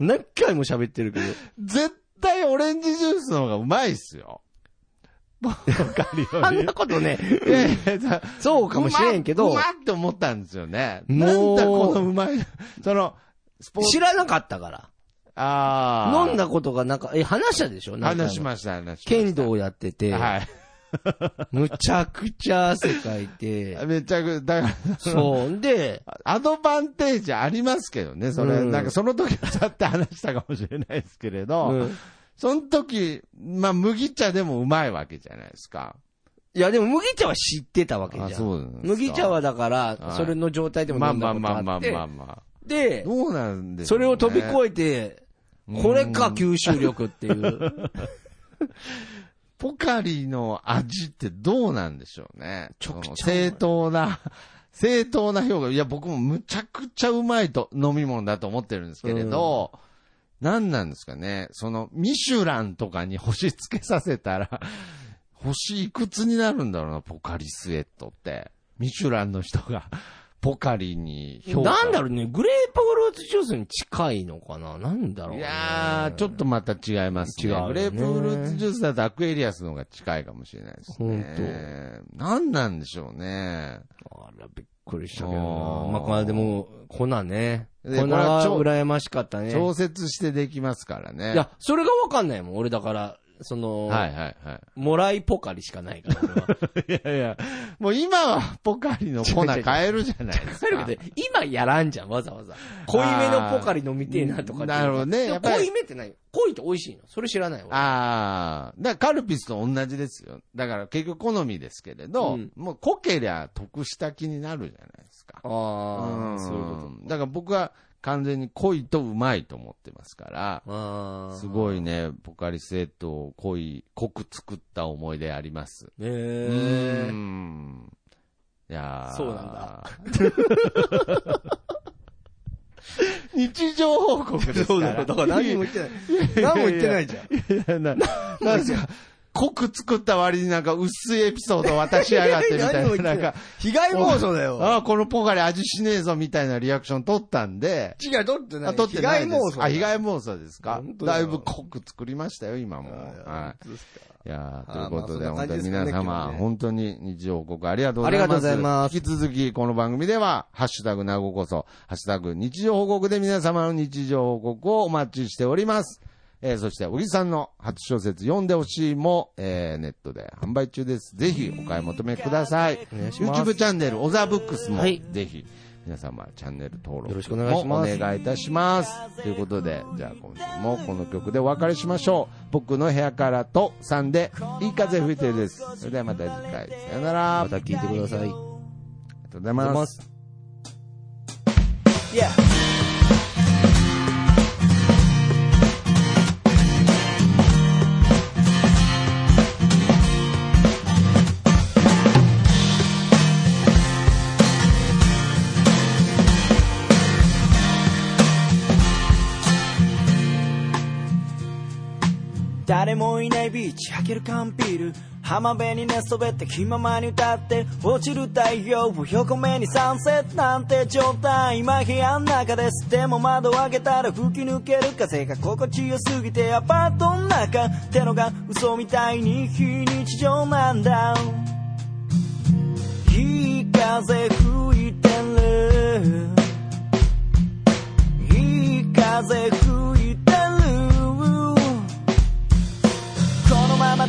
[SPEAKER 1] 何回も喋ってるけど。
[SPEAKER 2] 絶対オレンジジュースの方がうまいっすよ。ポカリ
[SPEAKER 1] あ
[SPEAKER 2] よ
[SPEAKER 1] ん
[SPEAKER 2] り
[SPEAKER 1] な。ことね、
[SPEAKER 2] いやいやだ
[SPEAKER 1] そうかもしれんけ
[SPEAKER 2] う
[SPEAKER 1] ど
[SPEAKER 2] ま、うまって思ったんですよね。
[SPEAKER 1] も
[SPEAKER 2] な
[SPEAKER 1] うん
[SPEAKER 2] だこのうまい。その、スポーツ
[SPEAKER 1] 知、らなかったから。
[SPEAKER 2] ああ。
[SPEAKER 1] 飲んだことがなんか、え、話したでしょなんか
[SPEAKER 2] 話しました、話しました。
[SPEAKER 1] 剣道やってて、
[SPEAKER 2] はい。
[SPEAKER 1] むちゃくちゃ汗かい て、
[SPEAKER 2] めちゃく、だから、
[SPEAKER 1] そう。んで、
[SPEAKER 2] アドバンテージありますけどね、それ、
[SPEAKER 1] うん
[SPEAKER 2] なんかその時はだって話したかもしれないですけれど、
[SPEAKER 1] うん
[SPEAKER 2] その時、まあ麦茶でもうまいわけじゃないですか。
[SPEAKER 1] いやでも麦茶は知ってたわけじゃん。
[SPEAKER 2] うなんですか
[SPEAKER 1] 麦茶はだから、
[SPEAKER 2] はい
[SPEAKER 1] それの状態でも
[SPEAKER 2] まあ
[SPEAKER 1] 飲んだ
[SPEAKER 2] まあ
[SPEAKER 1] こと
[SPEAKER 2] まあま
[SPEAKER 1] あっ
[SPEAKER 2] あまあ
[SPEAKER 1] て、
[SPEAKER 2] まあ。
[SPEAKER 1] で、
[SPEAKER 2] どうなんでしょ
[SPEAKER 1] そう
[SPEAKER 2] ね
[SPEAKER 1] れを飛び越えて、これか
[SPEAKER 2] うん
[SPEAKER 1] 吸収力っていう。
[SPEAKER 2] ポカリの味ってどうなんでしょうね。
[SPEAKER 1] ちょくちゃうまい
[SPEAKER 2] その正当な、 正当な評価。いや、僕もむちゃくちゃうまいと飲み物だと思ってるんですけれど、何なんですかね。その、ミシュランとかに星付けさせたら、 星いくつになるんだろうな、ポカリスエットって。ミシュランの人が、ポカリに評価。
[SPEAKER 1] なんだろうね、グレープフルーツジュースに近いのかななんだろう、
[SPEAKER 2] い
[SPEAKER 1] ね、
[SPEAKER 2] やー、ちょっとまた違いますね。
[SPEAKER 1] 違うよね
[SPEAKER 2] グレープフルーツジュースだとアクエリアスの方が近いかもしれないですね。何なんでしょうね。
[SPEAKER 1] あら、びっくりしたけどな
[SPEAKER 2] あ。ー
[SPEAKER 1] まあ、まあでも、粉ね。
[SPEAKER 2] で
[SPEAKER 1] 粉
[SPEAKER 2] これは
[SPEAKER 1] は
[SPEAKER 2] 超
[SPEAKER 1] 羨ましかったね。
[SPEAKER 2] 調節してできますからね。
[SPEAKER 1] いや、それがわかんないもん。俺だから、その、
[SPEAKER 2] はいはいは
[SPEAKER 1] もらいポカリしかないから、俺 は。
[SPEAKER 2] い。いやいや、もう今はポカリの粉買えるじゃないで
[SPEAKER 1] そ
[SPEAKER 2] す か。
[SPEAKER 1] れだけど今やらんじゃん、わざわざ。濃いめのポカリ飲みてえなとかっていう
[SPEAKER 2] あーなるほどね
[SPEAKER 1] でも
[SPEAKER 2] やっぱ
[SPEAKER 1] 濃
[SPEAKER 2] り
[SPEAKER 1] いめってない濃いと美味しいの。それ知らないわ。
[SPEAKER 2] ああ、だからカルピスと同じですよ。だから結局好みですけれど、
[SPEAKER 1] うん
[SPEAKER 2] もう濃けりゃ得した気になるじゃないですか。
[SPEAKER 1] あーそういうこ
[SPEAKER 2] だから僕は完全に濃いとうまいと思ってますから、
[SPEAKER 1] と。ああ。
[SPEAKER 2] すごいね、ポカリスエットを濃い、濃く作った思い出あります。
[SPEAKER 1] へ
[SPEAKER 2] う
[SPEAKER 1] え
[SPEAKER 2] ー。ん。いやー
[SPEAKER 1] そうなんだ。
[SPEAKER 2] 日常報告です
[SPEAKER 1] そ
[SPEAKER 2] か
[SPEAKER 1] うだよ。
[SPEAKER 2] ら。
[SPEAKER 1] だから何も言って ない。何も言ってないじゃん。
[SPEAKER 2] いやな、なんですか、濃く作った割になんか薄いエピソード渡しやがってみ た
[SPEAKER 1] 何も言っ
[SPEAKER 2] い
[SPEAKER 1] て
[SPEAKER 2] な、
[SPEAKER 1] な
[SPEAKER 2] ないんか、
[SPEAKER 1] 被害妄想だよ。
[SPEAKER 2] ああ、このポカリ味しねえぞみたいなリアクション取ったんで、
[SPEAKER 1] 違う、取ってない。
[SPEAKER 2] あ、取ってない
[SPEAKER 1] 被
[SPEAKER 2] で
[SPEAKER 1] 害妄
[SPEAKER 2] す。
[SPEAKER 1] 想。
[SPEAKER 2] あ、被害妄想ですか
[SPEAKER 1] 本当だ
[SPEAKER 2] だ
[SPEAKER 1] よ
[SPEAKER 2] いぶ濃く作りましたよ、今も。は
[SPEAKER 1] そうですか
[SPEAKER 2] い。いやーとい
[SPEAKER 1] あー
[SPEAKER 2] うことで、
[SPEAKER 1] まあそんな感じ
[SPEAKER 2] 本当に
[SPEAKER 1] ですか
[SPEAKER 2] 皆
[SPEAKER 1] ね
[SPEAKER 2] 様、
[SPEAKER 1] 今日ね
[SPEAKER 2] 本当に日常報告ありがとうござ
[SPEAKER 1] あり
[SPEAKER 2] います。
[SPEAKER 1] がとうございます
[SPEAKER 2] 引き続き、この番組では、ハッシュタグなごこそ、ハッシュタグ日常報告で皆様の日常報告をお待ちしております。えーそして、小木さんの初小説読んでほしいも、えーネットで販売中です。ぜひお買い求めください。
[SPEAKER 1] お願いします
[SPEAKER 2] YouTube チャンネル、オザブックスも、
[SPEAKER 1] はい
[SPEAKER 2] ぜひ、皆様、チャンネル登録
[SPEAKER 1] よろしくお願いします
[SPEAKER 2] もお願いいたします。ということで、じゃあ今週もこの曲でお別れしましょう。僕の部屋からと3で、いい風吹いてるです。それではまた次回、さよなら。あ
[SPEAKER 1] また聞いてください。
[SPEAKER 2] りがとうございます。
[SPEAKER 3] Yeah.「誰もいないビーチ開ける缶ビール」「浜辺に寝そべって気ままに歌って」「落ちる太陽を横目にサンセットなんて状態」「今部屋の中です」「でも窓を開けたら吹き抜ける風が心地よすぎて」「アパートの中ってのが嘘みたいに非日常なんだ」「いい風吹いてる」「いい風吹いてる」このまま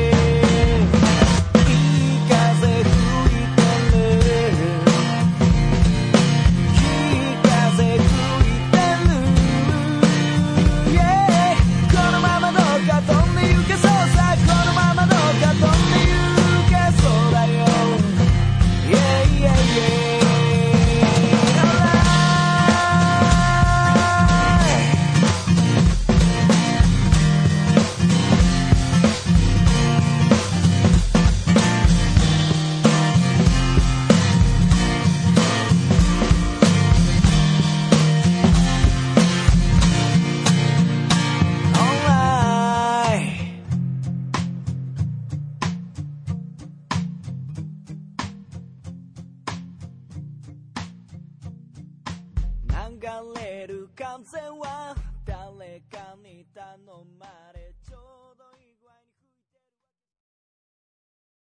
[SPEAKER 3] いい風吹いてるいい風吹いてる Yeah このままどうか飛んで行けそうさこのままどうか飛んで行けそうだよ Yeah yeah yeah Alright オンライン流れる風は誰かに頼まれ